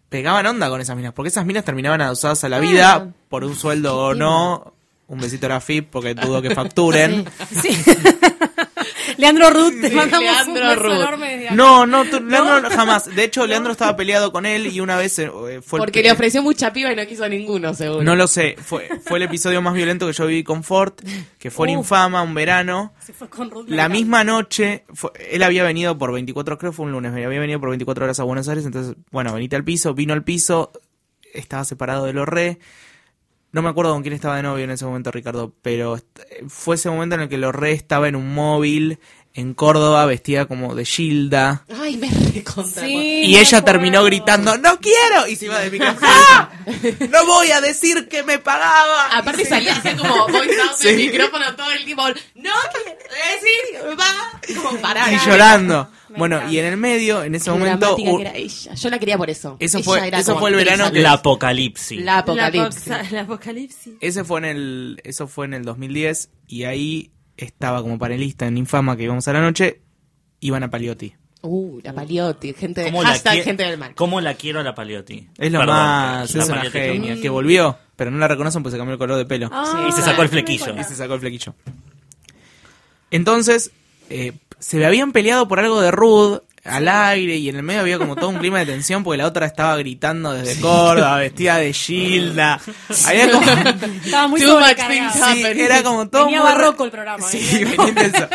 pegaban onda con esas minas, porque esas minas terminaban adosadas a la vida por un sueldo o no. Un besito a la FIP porque dudo que facturen.
Leandro Ruth, te mandamos un
Leandro
beso
Ruth.
enorme desde acá.
No, no, tú- Leandro jamás. De hecho, Leandro estaba peleado con él y una vez eh, fue el
porque le ofreció mucha piba y no quiso ninguno, seguro.
No lo sé, fue, fue el episodio más violento que yo viví con Ford, que fue en
Uh.
Infama, un verano.
Se fue con Ruth
La
Mercado.
misma noche, fue- él había venido por 24, creo fue un lunes, había venido por 24 horas a Buenos Aires, entonces, bueno, venite al piso, vino al piso, estaba separado de Lorre. No me acuerdo con quién estaba de novio en ese momento, Ricardo, pero est- fue ese momento en el que Lorre estaba en un móvil en Córdoba, vestida como de Gilda.
Ay, me recontra.
Sí,
Y
me
ella
acuerdo.
terminó gritando, no quiero. Y se iba de mi casa. ¡Ah! No voy a decir que me pagaba.
Aparte salía a hacer como voice out
Sí.
del micrófono todo el tiempo. No, quiero decir, va, como pará.
y llorando. Bueno, y en el medio, en ese
Qué
momento,
dramática
u-
que era ella. Yo la quería por eso.
Eso
Ella
fue-
era
eso
como
fue el
actriz.
verano que-
La apocalipsis.
La apocalipsis.
La, apoca- la apocalipsis.
ese fue en el, eso fue en el 2010 y ahí estaba como panelista en Infama que íbamos a la noche, Ivana Paliotti.
Uh, la paliotti. Gente, de-
¿Cómo la
hashtag
quie-
gente del mal.
¿Cómo la quiero a la Paleotti?
Es lo
Perdón,
más,
la
es una
Paleotti es lo
genia, que volvió, pero no la reconocen porque se cambió el color de pelo.
más. Y se sacó el flequillo.
Y se sacó el flequillo. Entonces, eh, se habían peleado por algo de Ruth al aire y en el medio había como todo un clima de tensión porque la otra estaba gritando desde Córdoba, vestida de Gilda. Había como,
Estaba muy
Too much
sobrecargada.
things
sí, era como todo
Venía
muy ra-
barroco el programa.
Sí,
¿eh?
venía intenso.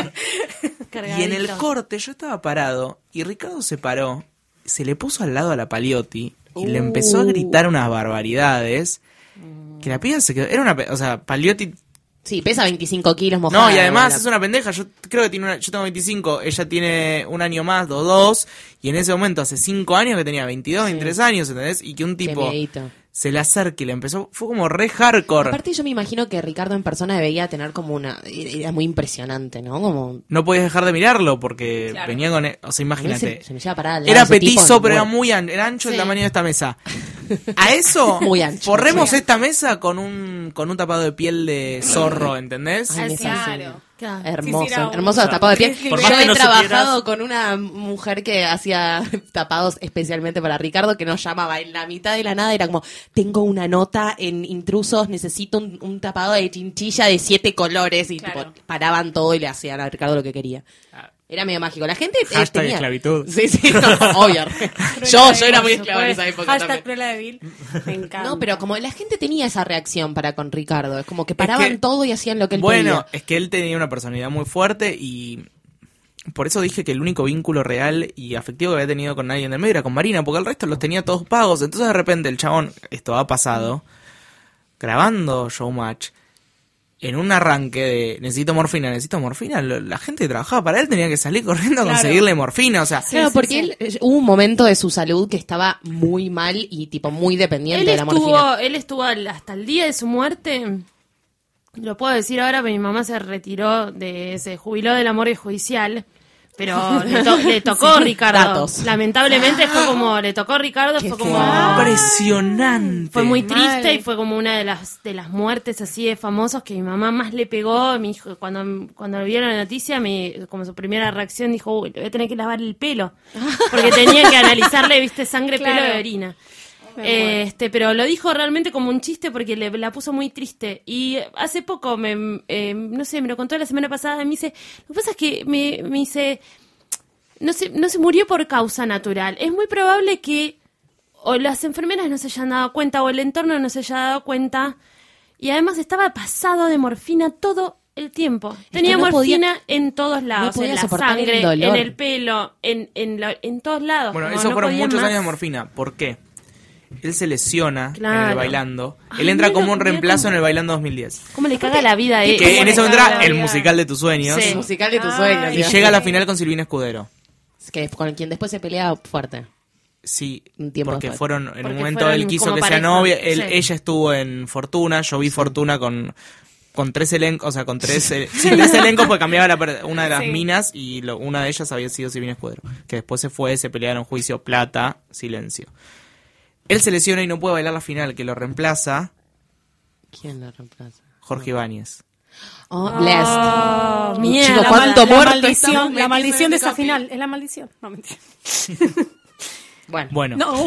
Y en el
Cargadito.
corte yo estaba parado y Ricardo se paró, se le puso al lado a la Paliotti y
Uh.
le empezó a gritar unas barbaridades. Que la piba se quedó. Era una. pe- O sea, Paliotti
Sí, pesa 25 kilos mojada.
no, y además
la-
es una pendeja. Yo creo que tiene una, yo tengo 25, ella tiene un año más o dos. Y en ese momento, hace cinco años que tenía 22, 23 años, ¿entendés? Y que un
Qué
tipo
miedito.
se le acerque y le empezó. Fue como re hardcore.
Aparte yo me imagino que Ricardo en persona debía tener como una... Era muy impresionante, ¿no? Como...
No podías dejar de mirarlo porque
Claro.
venía con. e, O sea,
a mí Se,
imagínate.
se me lleva parada al lado
Era
ese tipo,
petizo,
me
pero era
muero.
muy an- era ancho
Sí.
el tamaño de esta mesa. A eso,
Muy ancho,
forremos
sí.
esta mesa con un, con un tapado de piel de zorro, ¿entendés?
Ay, me
Claro.
fascina.
Claro.
Hermoso,
Sí, sí, era un-
hermoso tapado de piel.
Por
más
Yo
que
he
no
trabajado
supieras-
con una mujer que hacía tapados especialmente para Ricardo, que nos llamaba en la mitad de la nada, era como, tengo una nota en intrusos, necesito un, un tapado de chinchilla de siete colores, y
Claro. Ah.
tipo, paraban todo y le hacían a Ricardo lo que quería. Era medio mágico. La gente eh,
Hashtag
tenía-
esclavitud.
Sí, sí, no, obvio. yo, yo era muy esclava en esa época
Hashtag
también.
Cruella de Vil. Me encanta.
No, pero como la gente tenía esa reacción para con Ricardo, es como que paraban
que-
todo y hacían lo que él
Bueno,
pedía.
es que él tenía una personalidad muy fuerte y por eso dije que el único vínculo real y afectivo que había tenido con nadie en el medio era con Marina, porque el resto los tenía todos pagos. Entonces de repente el chabón, esto ha pasado, grabando Showmatch, en un arranque de necesito morfina, necesito morfina, lo- la gente que trabajaba para él tenía que salir corriendo a
Claro.
conseguirle morfina, o sea...
Claro, porque él eh, hubo un momento de su salud que estaba muy mal y tipo muy dependiente
Él
de la morfina.
estuvo, él estuvo al- hasta el día de su muerte Lo puedo decir ahora, pero mi mamá se retiró, de, se jubiló del amor judicial. Pero le, to- le tocó Ricardo.
datos.
Lamentablemente
Ah.
fue como, le tocó Ricardo, fue como... "Ah".
Impresionante.
Fue muy triste
Mal.
y fue como una de las de las muertes así de famosos que mi mamá más le pegó. Mi hijo, cuando, cuando vieron la noticia, me, como su primera reacción dijo, uy, le voy a tener que lavar el pelo. Porque tenía que analizarle, viste, sangre, pelo
Claro.
y orina.
Me muero.
Eh, este, pero lo dijo realmente como un chiste porque le, la puso muy triste. Y hace poco, me, eh, no sé, me lo contó la semana pasada, me dice, lo que pasa es que me, me dice, no se, no se murió por causa natural. Es muy probable que o las enfermeras no se hayan dado cuenta o el entorno no se haya dado cuenta. Y además estaba pasado de morfina todo el tiempo. Tenía
no podía-
morfina en todos lados,
podía
en la
soportar el
sangre, en
dolor.
el pelo, en, en, la- en todos lados.
Bueno,
como
eso
no
fueron
podía
muchos
más.
años de morfina. ¿Por qué? Él se lesiona en
Claro.
el bailando.
Ay,
Él entra
mira,
como un
mira
reemplazo
cómo-
en el bailando 2010.
¿Cómo le caga la vida a él?
Que en
¿Cómo
eso
le caga
entra
la
el
vida?
musical de tus sueños.
Sí.
musical de tus
Ah,
sueños.
Y llega a la final con Silvina Escudero.
Que es con quien después se pelea fuerte.
Sí,
Un tiempo
porque
después.
fueron, en
Porque
un momento
fueron
él quiso
como
que sea
pareja,
novia, él-
sí.
ella estuvo en Fortuna, yo vi Fortuna con, con tres elencos, o sea, con tres, eh, sí, tres elencos porque cambiaba la per- una de las minas y lo- una de ellas había sido Silvina Escudero, que después se fue, se pelearon juicio, plata, silencio. Él se lesiona y no puede bailar la final, que lo reemplaza
¿Quién lo reemplaza?
Jorge Ibáñez.
Oh, blessed.
Oh, mierda,
Chicos, ¿cuánto
la- la
muerto
maldición.
estamos
maldición, la
metiendo
maldición de
en el
esa
capi?
final. Es la maldición. No, mentira.
Bueno.
Bueno,
No.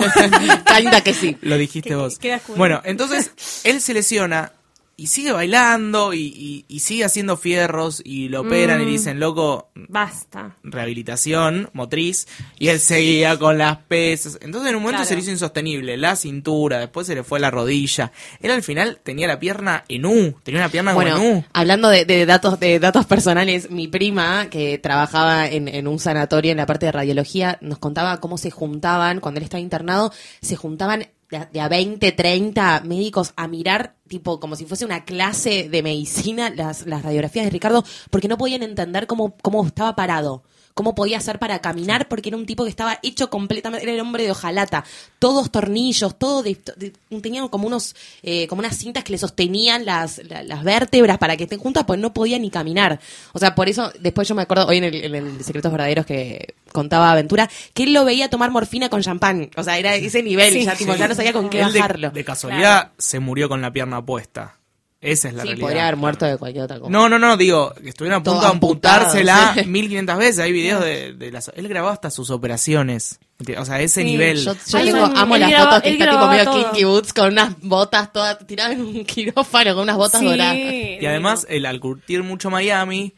Kinda que sí.
Lo dijiste
Que-
vos.
que- queda descubierto.
bueno, entonces él se lesiona y sigue bailando y, y- y sigue haciendo fierros y lo operan
Mm.
y dicen, loco,
Basta.
rehabilitación motriz. Y él seguía con las pesas. Entonces en un momento
Claro.
se le hizo insostenible la cintura, después se le fue la rodilla. Él al final tenía la pierna en U, tenía una pierna como en
Bueno,
U.
hablando de, de datos de datos personales, mi prima que trabajaba en, en un sanatorio en la parte de radiología nos contaba cómo se juntaban cuando él estaba internado, se juntaban de a, de a 20, 30 médicos a mirar tipo como si fuese una clase de medicina las, las radiografías de Ricardo porque no podían entender cómo cómo estaba parado. ¿Cómo podía hacer para caminar? Porque era un tipo que estaba hecho completamente, era el hombre de ojalata. Todos tornillos, todo de- de- tenían como unos, eh, como unas cintas que le sostenían las, la- las vértebras para que estén juntas, pues no podía ni caminar. O sea, por eso, después yo me acuerdo hoy en el, en el Secretos Verdaderos que contaba Aventura, que él lo veía tomar morfina con champán. O sea, era ese nivel, ya, tipo, ya no sabía con qué
Él de-
bajarlo.
De, casualidad se murió con la pierna puesta. Esa es la
sí,
realidad.
podría haber muerto de cualquier otra cosa.
No, no, no, digo, que estuvieron a punto de
Todo amputado,
amputársela
sí.
1500 veces. Hay videos de, de las. Él grababa hasta sus operaciones. O sea, ese nivel.
Yo, yo
Hay
tengo-
un-
amo
él
las
graba-
fotos que
él
está tipo
grababa
medio
todo.
Kinky Boots con unas botas todas tiradas en un quirófano con unas botas
Sí,
doradas.
Y además, el, al curtir mucho Miami,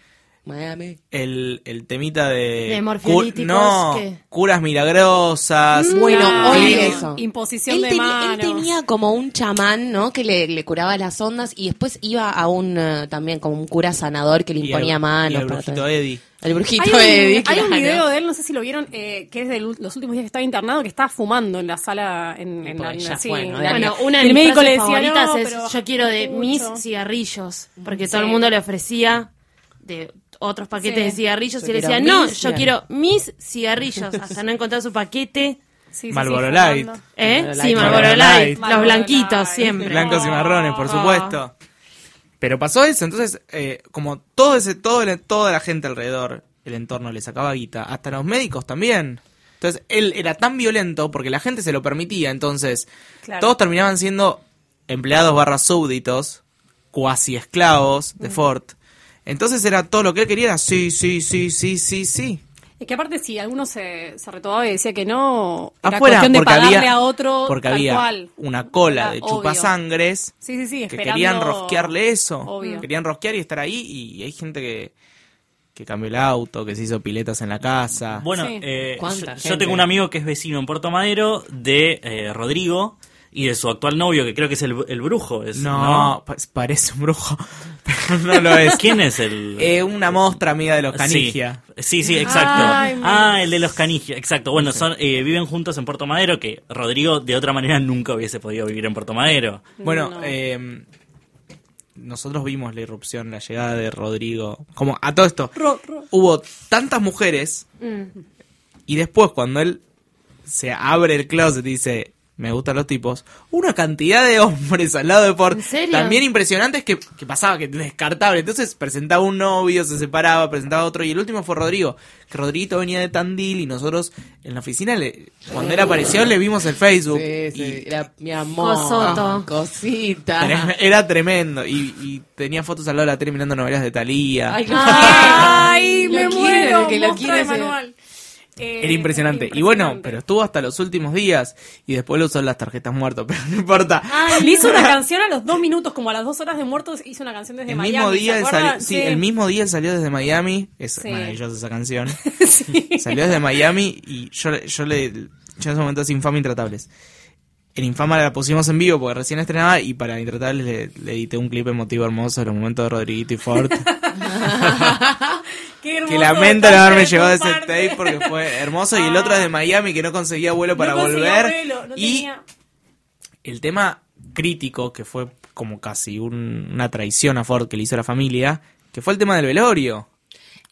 Miami.
el, el temita de.
De
cur-
morfiolíticos,
no,
¿qué? Mm.
curas milagrosas.
Bueno,
Claro.
hoy
Sí.
eso.
Imposición
Él,
de
teni- él
manos.
tenía como un chamán, ¿no? Que le, le curaba las ondas y después iba a un eh, también como un cura sanador que le
Y el-
imponía
y
manos.
el
para
brujito
todo.
Eddie.
El brujito
Hay un,
Eddie,
hay un
claro.
video de él, no sé si lo vieron, eh, que es de los últimos días que estaba internado, que estaba fumando en la sala. En, en
Porque
la-
ya
sí,
fue, ¿no?
en la-
Bueno,
y
una de
el
mis
médico le
frases
decía,
favoritas
"No,
es
pero
yo quiero de
mucho".
mis cigarrillos, porque todo el mundo le ofrecía de otros paquetes
Sí.
de cigarrillos
Yo
y le
quiero
decía, no,
mis
yo quiero mis cigarrillos, hasta no encontrar su paquete.
Sí, sí, sí,
Marlboro
fumando.
Light.
¿Eh?
Marlboro
Sí,
Light.
Marlboro
Marlboro
Light,
Light.
los blanquitos siempre.
Blancos y marrones,
Ah.
por supuesto. Pero pasó eso, entonces, eh, como todo ese, todo el- toda la gente alrededor, el entorno le sacaba guita, hasta los médicos también. Entonces, él era tan violento porque la gente se lo permitía, entonces,
Claro.
todos terminaban siendo empleados barra súbditos, cuasi esclavos
Mm.
de Ford. Entonces era todo lo que él quería, era sí, sí, sí, sí, sí, sí.
Es que aparte, si alguno se, se retobaba y decía que no, era
Afuera,
cuestión de
porque
pagarle
había,
a otro
porque
tal
había
cual.
una cola
Era
de
obvio.
chupasangres.
Sí, sí, sí,
que
esperando-
querían rosquearle eso.
Obvio.
Querían rosquear y estar ahí y hay gente que, que cambió el auto, que se hizo piletas en la casa.
Bueno,
Sí.
eh, yo,
¿Cuánta
yo
gente?
tengo un amigo que es vecino en Puerto Madero de eh, Rodrigo y de su actual novio, que creo que es el, el brujo. Es,
no, pa- parece un brujo, pero no lo es.
¿Quién es el...?
Eh, una mostra amiga de los
Sí.
canigia.
Sí, sí, exacto.
Ay,
ah, el de los canigia, exacto. Bueno, son, eh, viven juntos en Puerto Madero, que Rodrigo de otra manera nunca hubiese podido vivir en Puerto Madero.
Bueno,
No.
eh, nosotros vimos la irrupción, la llegada de Rodrigo. Como a todo esto,
Ro- ro-
hubo tantas
Mm.
mujeres y después cuando él se abre el closet y dice, me gustan los tipos, una cantidad de hombres al lado de por
¿En serio?
También impresionantes que, que pasaba, que descartable. Entonces presentaba un novio, se separaba, presentaba otro. Y el último fue Rodrigo. Que Rodriguito venía de Tandil y nosotros en la oficina, le, cuando él apareció, le vimos el Facebook.
Sí, sí,
y
era mi amor.
Cosoto.
Cosita.
trem- era tremendo. Y, y tenía fotos al lado de la tele mirando novelas de Thalía.
Ay, lo
Ay,
quiero,
me
lo quiero,
muero.
que lo
mostra
quiero,
de
ese-
manual. Eh,
Era impresionante. Y bueno, pero estuvo hasta los últimos días. Y después lo usó en las tarjetas muertas, pero no importa.
Ah, Le hizo una canción a los dos minutos, como a las dos horas de muertos, hizo una canción desde
El
Miami.
mismo, día
¿se
él
acuerdan?
salió, sí, el mismo día él salió desde Miami. Es
Sí.
maravillosa esa canción.
Sí.
Salió desde Miami y yo, le- yo le. Yo en ese momento es Infama Intratables. En Infama la pusimos en vivo porque recién estrenaba y para Intratables le, le edité un clip emotivo hermoso de los momentos de Rodriguito y Ford.
Qué hermoso
que lamento no
detalle
haberme
de tu
llegado de ese
parte.
tape porque fue hermoso. Y el otro desde Miami que no conseguía vuelo
Ah. No
para
conseguía
volver.
vuelo, no
y
tenía-
el tema crítico que fue como casi un- una traición a Ford que le hizo la familia, que fue el tema del velorio.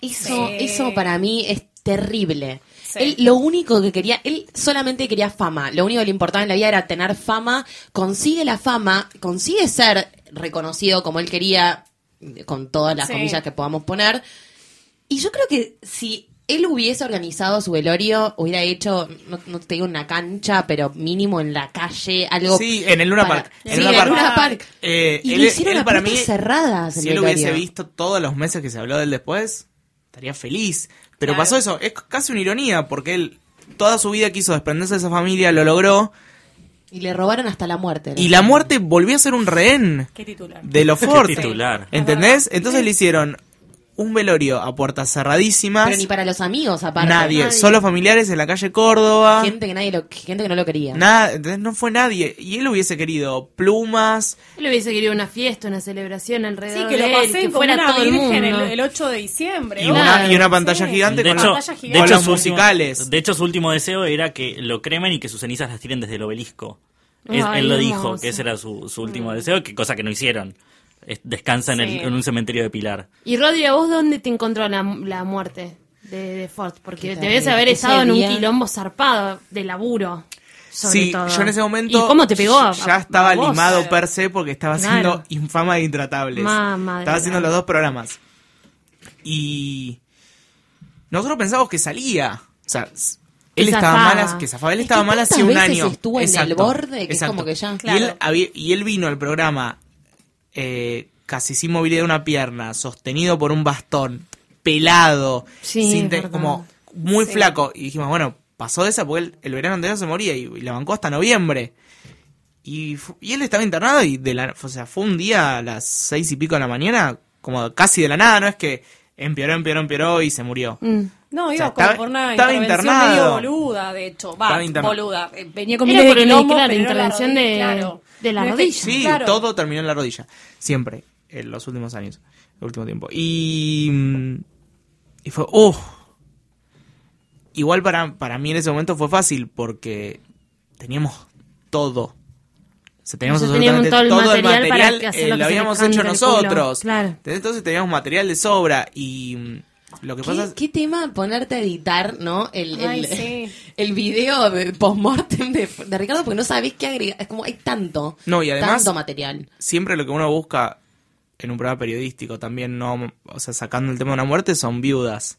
Eso,
Sí.
eso para mí es terrible.
Sí.
Él lo único que quería, él solamente quería fama. Lo único que le importaba en la vida era tener fama. Consigue la fama, consigue ser reconocido como él quería, con todas las
Sí.
comillas que podamos poner. Y yo creo que si él hubiese organizado su velorio, hubiera hecho, no, no te digo una cancha, pero mínimo en la calle, algo.
Sí, en el Luna
para-
Park.
Sí, en el Luna Park.
Eh,
Y
él-
lo hicieron
él
a
para
puertas
mí,
cerradas. el
Si él hubiese
velorio.
visto todos los meses que se habló de él después, estaría feliz. Pero pasó eso, es casi una ironía, porque él toda su vida quiso desprenderse de esa familia, lo logró,
Y le robaron hasta la muerte. ¿no?
y la muerte volvió a ser un rehén
Qué titular.
de los Ford.
Qué titular.
¿Entendés? Entonces le hicieron un velorio a puertas cerradísimas.
Pero ni para los amigos, aparte.
Nadie, solo familiares en la calle Córdoba.
Gente que, nadie lo, gente que no lo quería.
Nada, entonces no fue nadie. Y él hubiese querido plumas.
Él hubiese querido una fiesta, una celebración
Sí,
alrededor
que
de
lo
él,
pasé
que
como
fuera
una
todo el
virgen
mundo.
el, el 8 de diciembre.
Y,
Claro,
una, y una pantalla
sí.
gigante
De
con,
hecho,
los-
pantalla
con
de hecho,
los
su último-
musicales.
de hecho, su último deseo era que lo cremen y que sus cenizas las tiren desde el obelisco. Es-
Ay,
él lo dijo,
hermoso.
que ese era su, su último deseo, que cosa que no hicieron. Es- Descansa en, el-
Sí.
en un cementerio de Pilar.
Y Rodri, ¿a vos dónde te encontró la, la muerte de, de Ford? Porque
Qué
debes
eh,
terrible.
haber
Ese
estado en un
día-
quilombo zarpado de laburo. sobre
sí,
todo.
yo en ese momento.
¿Y cómo te pegó? a-
Ya estaba
a vos?
limado per se porque estaba
Claro.
haciendo infama e intratables.
Mamá de
estaba
la
haciendo
gran.
los dos programas. Y. Nosotros pensamos que salía. O sea. s- Él
Que
estaba
zafaba.
mal, as- que zafaba, él
Es que
estaba mal hace
tantas
un
veces
año.
estuvo en el borde que es como que ya-
Y, él
Claro.
había- y él vino al programa eh, casi sin movilidad de una pierna, sostenido por un bastón, pelado,
Sí,
sin
es
te-
verdad.
como muy flaco. Y dijimos, bueno, pasó de esa porque él- el verano anterior se moría y, y la bancó hasta noviembre. Y, fu- y él estaba internado y de la, o sea, fue un día a las seis y pico de la mañana, como casi de la nada, no es que empeoró, empeoró, empeoró y se murió.
Mm.
No, iba
O sea,
como
estaba-
por una
estaba
intervención
internado.
medio boluda, de hecho.
Estaba
Va,
internado.
boluda. Eh, Venía con
Era
miles de
por una,
quilombos,
claro,
pero era la
intervención
rodilla,
de-
claro.
de la
No es que-
rodilla.
Sí,
claro.
todo terminó en la rodilla. Siempre. En los últimos años. El último tiempo. Y. mm, Y fue. ¡Uh! Igual para, para mí en ese momento fue fácil porque teníamos todo. O sea, teníamos
O sea, teníamos
absolutamente
todo el
todo
material
el
para
material.
que hacer lo
eh,
que
lo
se le
habíamos
cante
hecho
el culo.
nosotros.
Claro.
Entonces teníamos material de sobra. Y mm, lo que pasa
¿Qué,
es.
qué tema ponerte a editar, ¿no? El, el,
Ay, sí.
el video de postmortem de, de Ricardo, porque no sabés qué agregar. Es como hay tanto.
No, y además-
Tanto material.
siempre lo que uno busca en un programa periodístico también no o sea sacando el tema de una muerte son viudas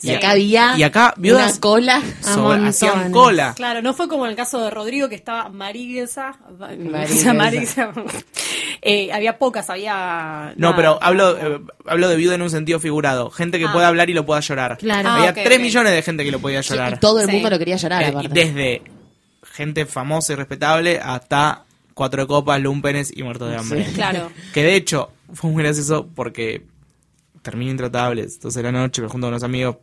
Y acá había
y acá viudas
una cola.
sobre-
a
hacían
montones.
cola
Claro, no fue como en el caso de Rodrigo que estaba mariguesa.
Mariguesa.
Mariguesa. Eh, había pocas, había.
no
nada.
pero hablo eh, hablo de viuda en un sentido figurado gente que
Ah.
pueda hablar y lo pueda llorar
Claro.
había
Ah, ok,
3
ok.
millones de gente que lo podía llorar
Y todo el
Sí.
mundo lo quería llorar,
Eh, y
aparte.
desde gente famosa y respetable hasta cuatro de copas lumpenes y muertos de hambre
Claro.
Que de hecho, fue muy gracioso porque termina intratables. Entonces la noche me junto con unos amigos,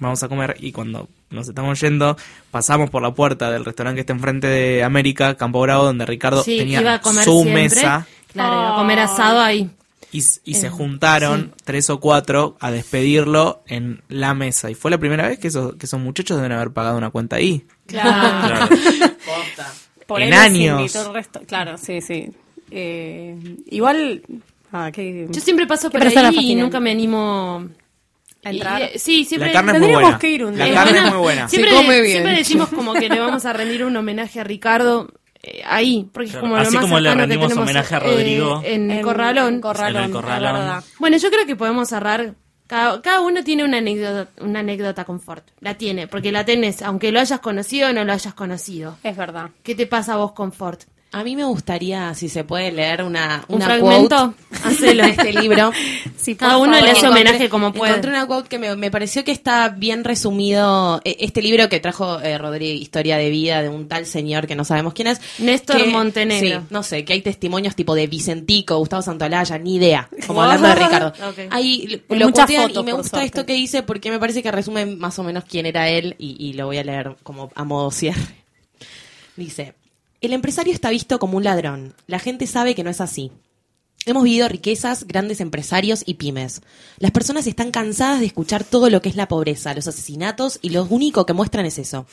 vamos a comer y cuando nos estamos yendo, pasamos por la puerta del restaurante que está enfrente de América, Campo Bravo, donde Ricardo
Sí,
tenía
iba a comer
su
siempre.
mesa
Claro, iba a comer asado ahí.
y, s- y se juntaron tres o cuatro a despedirlo en la mesa. Y fue la primera vez que esos, que esos muchachos deben haber pagado una cuenta ahí.
Claro.
Claro.
Por
En
ahí nos
años.
invitó el resto. Claro, sí, sí. Eh, igual. Ah, qué-
Yo siempre paso
Qué
por ahí
persona
y
fascinante.
nunca me animo
a entrar.
Y- y- sí, siempre
La carne es muy
tendríamos
buena.
que ir un
La
día.
carne es muy buena.
Siempre,
Se come
le-
bien.
siempre decimos como que le vamos a rendir un homenaje a Ricardo eh, ahí, porque es
Claro,
como lo
así
más
como le
cercano que
rendimos
tenemos,
homenaje a
eh, en,
Rodrigo.
Corralón.
En el Corralón.
la verdad.
Bueno, yo creo que podemos cerrar. Cada, cada uno tiene una anécdota, una anécdota confort. La tiene, porque la tenés, aunque lo hayas conocido o no lo hayas conocido.
Es verdad.
¿Qué te pasa a vos, confort?
A mí me gustaría, si se puede leer una,
¿Un
una
fragmento?
quote de este libro.
Sí,
Cada
por
uno le
favor.
hace
Encontré-
homenaje como puede.
Encontré una quote que me, me pareció que está bien resumido. eh, Este libro que trajo eh, Rodríguez, Historia de Vida de un tal señor que no sabemos quién es.
Néstor
que-
Montenegro.
sí, no sé, que hay testimonios tipo de Vicentico, Gustavo Santolaya, ni idea. Como hablando de Ricardo.
Ok.
Ahí
Hay
lo
muchas
quotean
fotos,
y me
por
gusta
suerte.
esto que dice porque me parece que resume más o menos quién era él y- y lo voy a leer como a modo cierre. Dice, el empresario está visto como un ladrón. La gente sabe que no es así. Hemos vivido riquezas, grandes empresarios y pymes. Las personas están cansadas de escuchar todo lo que es la pobreza, los asesinatos y lo único que muestran es eso.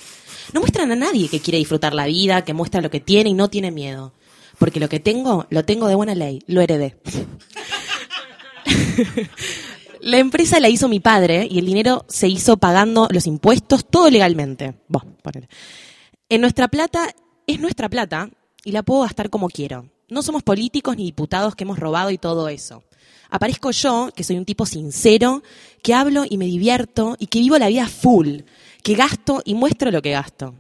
No muestran a nadie que quiere disfrutar la vida, que muestra lo que tiene y no tiene miedo. Porque lo que tengo, lo tengo de buena ley, lo heredé. La empresa la hizo mi padre y el dinero se hizo pagando los impuestos, todo legalmente. Buah, ponele. En nuestra plata es nuestra plata y la puedo gastar como quiero. No somos políticos ni diputados que hemos robado y todo eso. Aparezco yo, que soy un tipo sincero, que hablo y me divierto y que vivo la vida full, que gasto y muestro lo que gasto.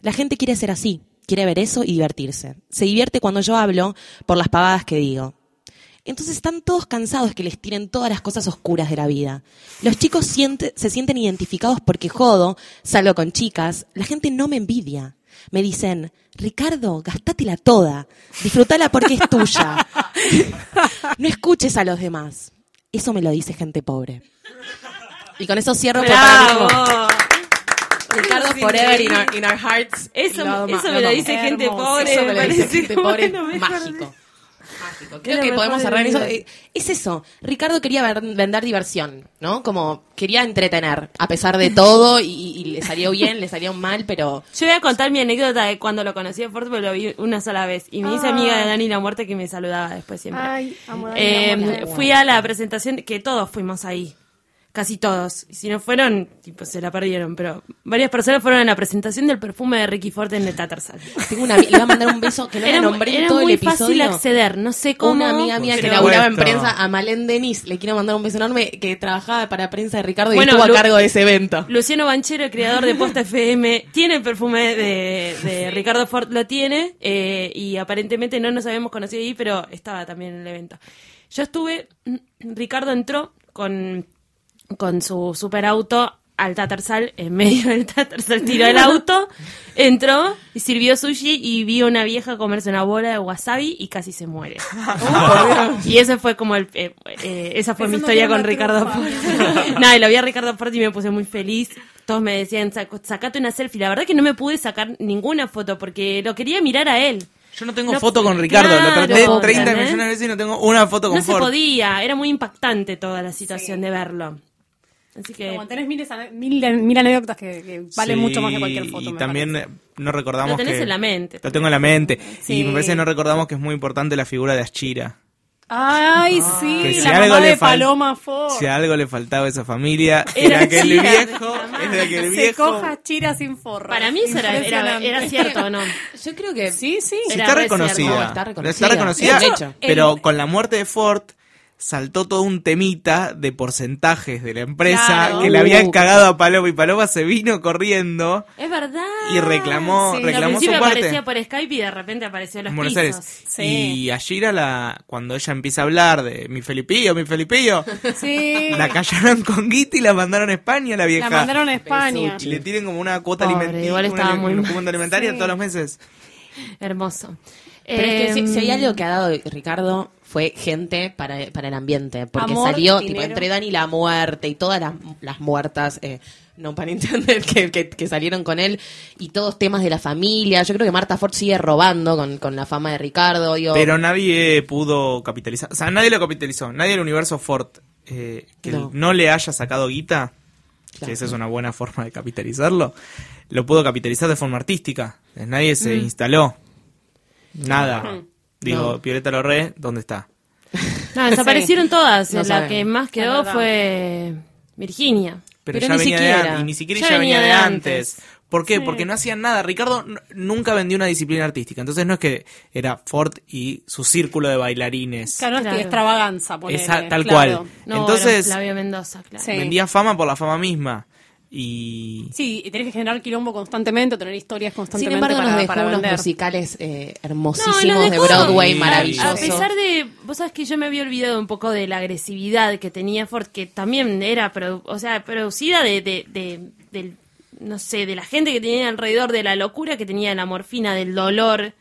La gente quiere ser así, quiere ver eso y divertirse. Se divierte cuando yo hablo por las pavadas que digo. Entonces están todos cansados que les tiren todas las cosas oscuras de la vida. Los chicos siente- se sienten identificados porque jodo, salgo con chicas, la gente no me envidia. Me dicen, Ricardo, gastátela toda, disfrútala porque es tuya. no escuches a los demás. Eso me lo dice gente pobre. Y con eso cierro por Ricardo forever in our, in our hearts.
Eso-
Lo amo,
eso me lo
amo.
dice gente
Hermoso.
pobre,
Eso me lo
Oh, me
dice
parece
gente pobre.
bueno, me
mágico. Mágico.
Es
Creo
lo
que
mejor
podemos
del
cerrar en eso.
mundo.
Eh, Es eso. Ricardo quería ver- vender diversión, ¿no? Como quería entretener, a pesar de todo, y, y le salió bien, le salió mal, pero.
Yo voy a contar mi anécdota de cuando lo conocí a Ford, porque lo vi una sola vez. Y me hice
Ah.
amiga de Dani La Muerte que me saludaba después siempre.
Ay, amo a Dani
Eh,
La Muerte.
fui a la presentación, que todos fuimos ahí. Casi todos. Si no fueron, tipo, se la perdieron. Pero varias personas fueron a la presentación del perfume de Ricky Ford en Netattersall.
Tengo una, le voy a mandar un beso que no la
Era, mu-
nombré en
era
todo
muy
el episodio.
fácil acceder. No sé cómo.
Una amiga mía que
Por
laburaba en
supuesto.
prensa, a Malén Denis, le quiero mandar un beso enorme, que trabajaba para prensa de Ricardo y
Bueno,
estuvo a
Lu-
cargo de ese evento.
Luciano Banchero, el creador de Posta FM, tiene el perfume de, de Ricardo Ford, lo tiene, eh, y aparentemente no nos habíamos conocido ahí, pero estaba también en el evento. Yo estuve, Ricardo entró con, con su superauto al Tatarsal, en medio del Tatarsal tiró el auto, entró, y sirvió sushi y vio a una vieja comerse una bola de wasabi y casi se muere.
Ah,
y ese fue como el, eh, eh, esa fue mi
Pensando
historia
que era
con
una
Ricardo
trufa.
Ford. No, y lo vi a Ricardo Forti y me puse muy feliz. Todos me decían, "Sac- sacate una selfie. La verdad que no me pude sacar ninguna foto porque lo quería mirar a él.
Yo no tengo
No,
foto con Ricardo,
claro,
lo traté 30
¿entendés?
millones de veces y no tengo una foto con
No se
Ford.
podía, era muy impactante toda la situación de verlo. Así que...
Eh, Como tenés miles ane- mil, mil anécdotas que, que valen
Sí,
mucho más que cualquier foto.
Y
me
también
parece.
eh, no recordamos
Lo tenés
que-
en la mente.
Lo tengo en la mente.
Sí.
Y me parece que no recordamos que es muy importante la figura de Ashira.
Ay, sí,
Ah, Que si
la
algo
mamá
le
de
fal-
Paloma Ford.
Si algo le faltaba a esa familia,
Era
era que el
Chira,
viejo,
mamá.
era que el
Se
viejo
coja chira sin forra.
Para mí eso era, era,
Impresionante.
era cierto, ¿no?
Yo creo que
Sí, sí.
Sí,
Era
está
re cierto.
reconocida.
Está reconocida.
Está reconocida,
De hecho,
pero
el-
con la muerte de Ford saltó todo un temita de porcentajes de la empresa
Claro.
que le
Uh.
habían cagado a Paloma y Paloma se vino corriendo
Es verdad.
y reclamó,
sí.
Al
reclamó su
principio
parte.
aparecía por Skype y de repente apareció en los
En Buenos
pisos.
Aires.
Sí.
Y Ashira, la, cuando ella empieza a hablar de mi Felipillo, mi Felipillo,
Sí.
la callaron con Guita y la mandaron a España, la vieja.
La mandaron a España.
Y le tienen como una cuota
Pobre,
alimentaria.
igual estaba muy mal.
alimentaria
Sí.
todos los meses.
Hermoso.
Pero es que
Em,
si, si hay algo que ha dado Ricardo fue gente para, para el ambiente, porque
Amor,
salió tipo,
dinero.
entre Dani la muerte y todas las, las muertas, eh, no para entender, que, que- que salieron con él, y todos temas de la familia. Yo creo que Marta Ford sigue robando con, con la fama de Ricardo. digo,
Pero nadie pudo capitalizar. O sea, nadie lo capitalizó. Nadie del universo Ford eh, que
No.
no. le haya sacado guita,
Claro.
que esa es una buena forma de capitalizarlo, lo pudo capitalizar de forma artística. Eh, Nadie se instaló. Nada. Digo,
No.
Violeta Loré, ¿dónde está?
No, desaparecieron todas.
No
la
sabemos.
que más
Es
quedó
verdad.
fue Virginia.
Pero, ya venía de antes. Y ni siquiera ya, venía, de antes. ¿Por qué?
Sí.
Porque no hacían nada. Ricardo n- nunca vendió una disciplina artística. Entonces no es que era Ford y su círculo de bailarines.
Claro, es que
Claro.
extravaganza, ponele,
Esa- tal
claro.
cual. Eh.
No,
Entonces-
era Flavio Mendoza, claro.
Sí.
Vendía fama por la fama misma. Y.
Sí, y tenés que generar quilombo constantemente, tener historias
Sin
constantemente
embargo,
para,
nos dejó
para
unos
vender.
musicales eh,
No,
hermosísimos
lo
de
dejó.
Broadway,
Sí.
maravillosos.
A pesar de, vos sabés que yo me había olvidado un poco de la agresividad que tenía Ford, que también era, produ- o sea, producida de, de, de- del, no sé, de la gente que tenía alrededor, de la locura que tenía, de la morfina, del dolor,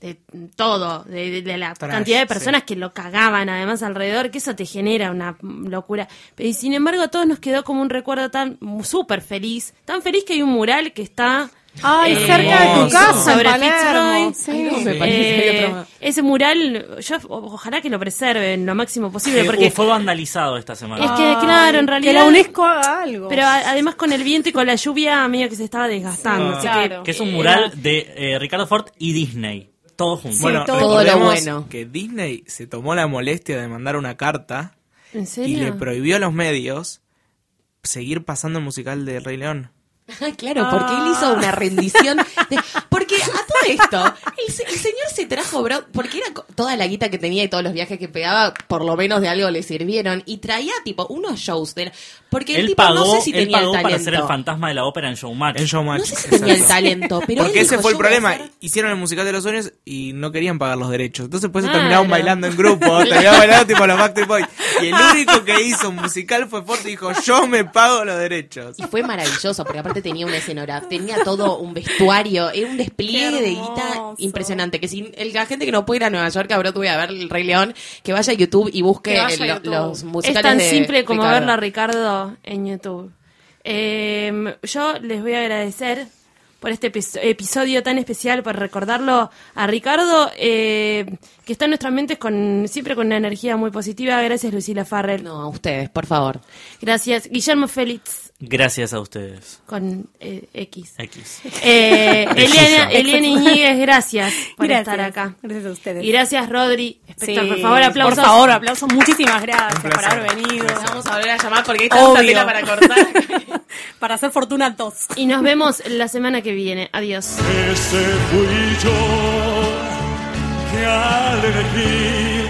de todo, de, de- de la
Trash,
cantidad de
sí.
personas que lo cagaban además alrededor, que eso te genera una locura. Pero y sin embargo a todos nos quedó como un recuerdo tan súper feliz, tan feliz que hay un mural que está...
Ay, cerca de tu
hermoso.
casa, en
Eh, Sobre
Palermo.
Fitzroy.
Ay, no,
Sí.
me parece que hay
Eh,
otro más.
ese mural, yo o- ojalá que lo preserven lo máximo posible,
Eh,
porque
Fue vandalizado esta semana.
es
Eh,
que, claro, en realidad...
Que la UNESCO haga algo.
Pero a- además con el viento y con la lluvia, medio que se estaba desgastando. así que-
claro.
Que es un mural de eh, Ricardo Ford y Disney. Todos juntos.
bueno,
todo
lo
recordemos
bueno.
que Disney se tomó la molestia de mandar una carta
¿En
y
serio?
le prohibió a los medios seguir pasando el musical de Rey León.
Ah, claro, porque él hizo una rendición. de- porque a todo esto, el, se- el señor se trajo, bro, porque era co- toda la guita que tenía y todos los viajes que pegaba, por lo menos de algo le sirvieron. Y traía, tipo, unos shows. De, porque el
él
tipo
pagó,
no sé si
él
tenía el
pagó
talento.
para ser el fantasma de la ópera en Showmatch.
En Showmatch.
no sé si tenía el
exacto.
talento, pero.
Porque
él
ese
dijo,
fue el
"Yo voy a
problema.
hacer-".
Hicieron el musical de los sueños y no querían pagar los derechos. Entonces
Ah,
pues se
Claro.
terminaban bailando en grupo, terminaban bailando tipo los Backstreet Boys. Y el único que hizo un musical fue Ford y dijo, yo me pago los derechos.
Y fue maravilloso, porque aparte tenía una escenografía, tenía todo un vestuario, era un despliegue
Qué
de guita
hermoso.
impresionante. Que si el, la gente que no puede ir a Nueva York, a Broadway a ver el Rey León, que vaya a YouTube y busque
Que vaya a
lo-
YouTube.
los musicales.
Es tan
de
simple como
Ricardo.
verla a Ricardo en YouTube. Eh, yo les voy a agradecer por este epi- episodio tan especial, por recordarlo a Ricardo, eh, que está en nuestras mentes con, siempre con una energía muy positiva. Gracias, Lucila Farrell.
No, a ustedes, por favor.
Gracias, Guillermo Félix
Gracias a ustedes.
con eh, X.
X.
Eh, Eliana,
Belluza.
Eliana Iñiguez, gracias por
Gracias.
estar acá.
Gracias a ustedes.
Y gracias, Rodri. Espector,
Sí,
por favor, aplausos.
Por favor, aplausos. Muchísimas gracias
Un placer.
por haber venido.
Vamos a volver a llamar porque hay
Obvio.
tanta tela para cortar.
Para hacer fortuna todos.
Y nos vemos la semana que viene. Adiós.
Ese fui yo que al elegir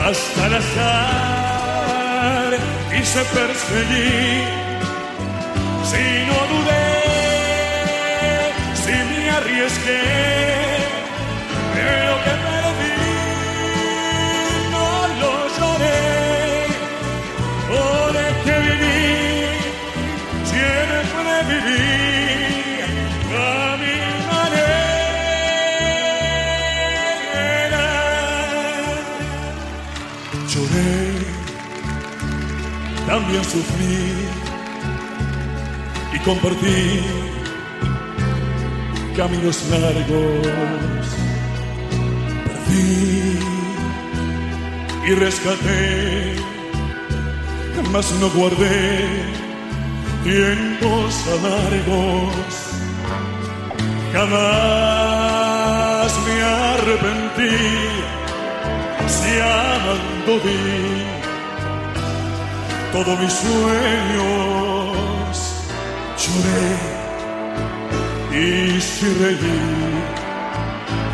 hasta el azar hice perseguir. Si no dudé, si me arriesgué, creo que perdí, no lo lloré, porque viví siempre viví a mi manera. Lloré, también sufrí y compartí caminos largos. Perdí y rescaté, mas no guardé tiempos amargos. Jamás me arrepentí, si amando di todos mis sueños. Lloré y si reí,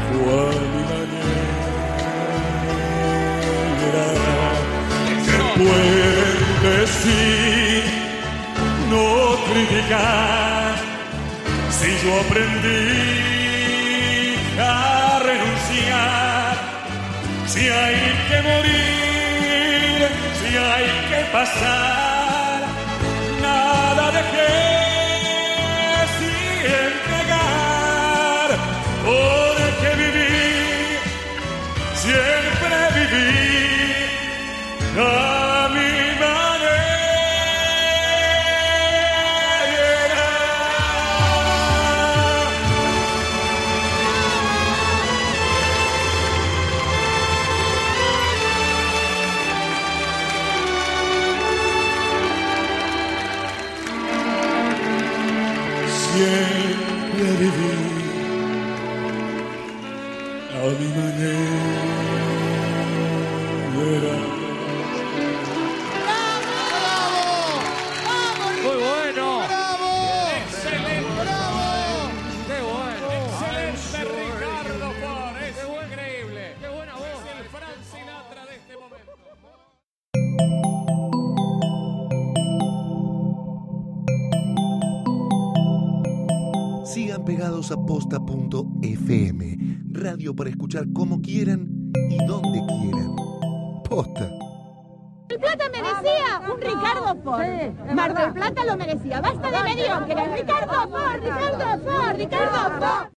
fue a mi manera. ¿Qué pueden decir? no criticar si yo aprendí a renunciar si hay que morir si hay que pasar nada dejé sin entregar porque viví siempre viví a mi manera. Siempre viví a mi manera.
Sigan pegados a posta.fm, radio para escuchar como quieran y donde quieran. Posta.
El Plata merecía un Ricardo Ford. Marta del Plata lo merecía. Basta de mediocre. Ricardo Ford, Ricardo Ford, Ricardo Ford.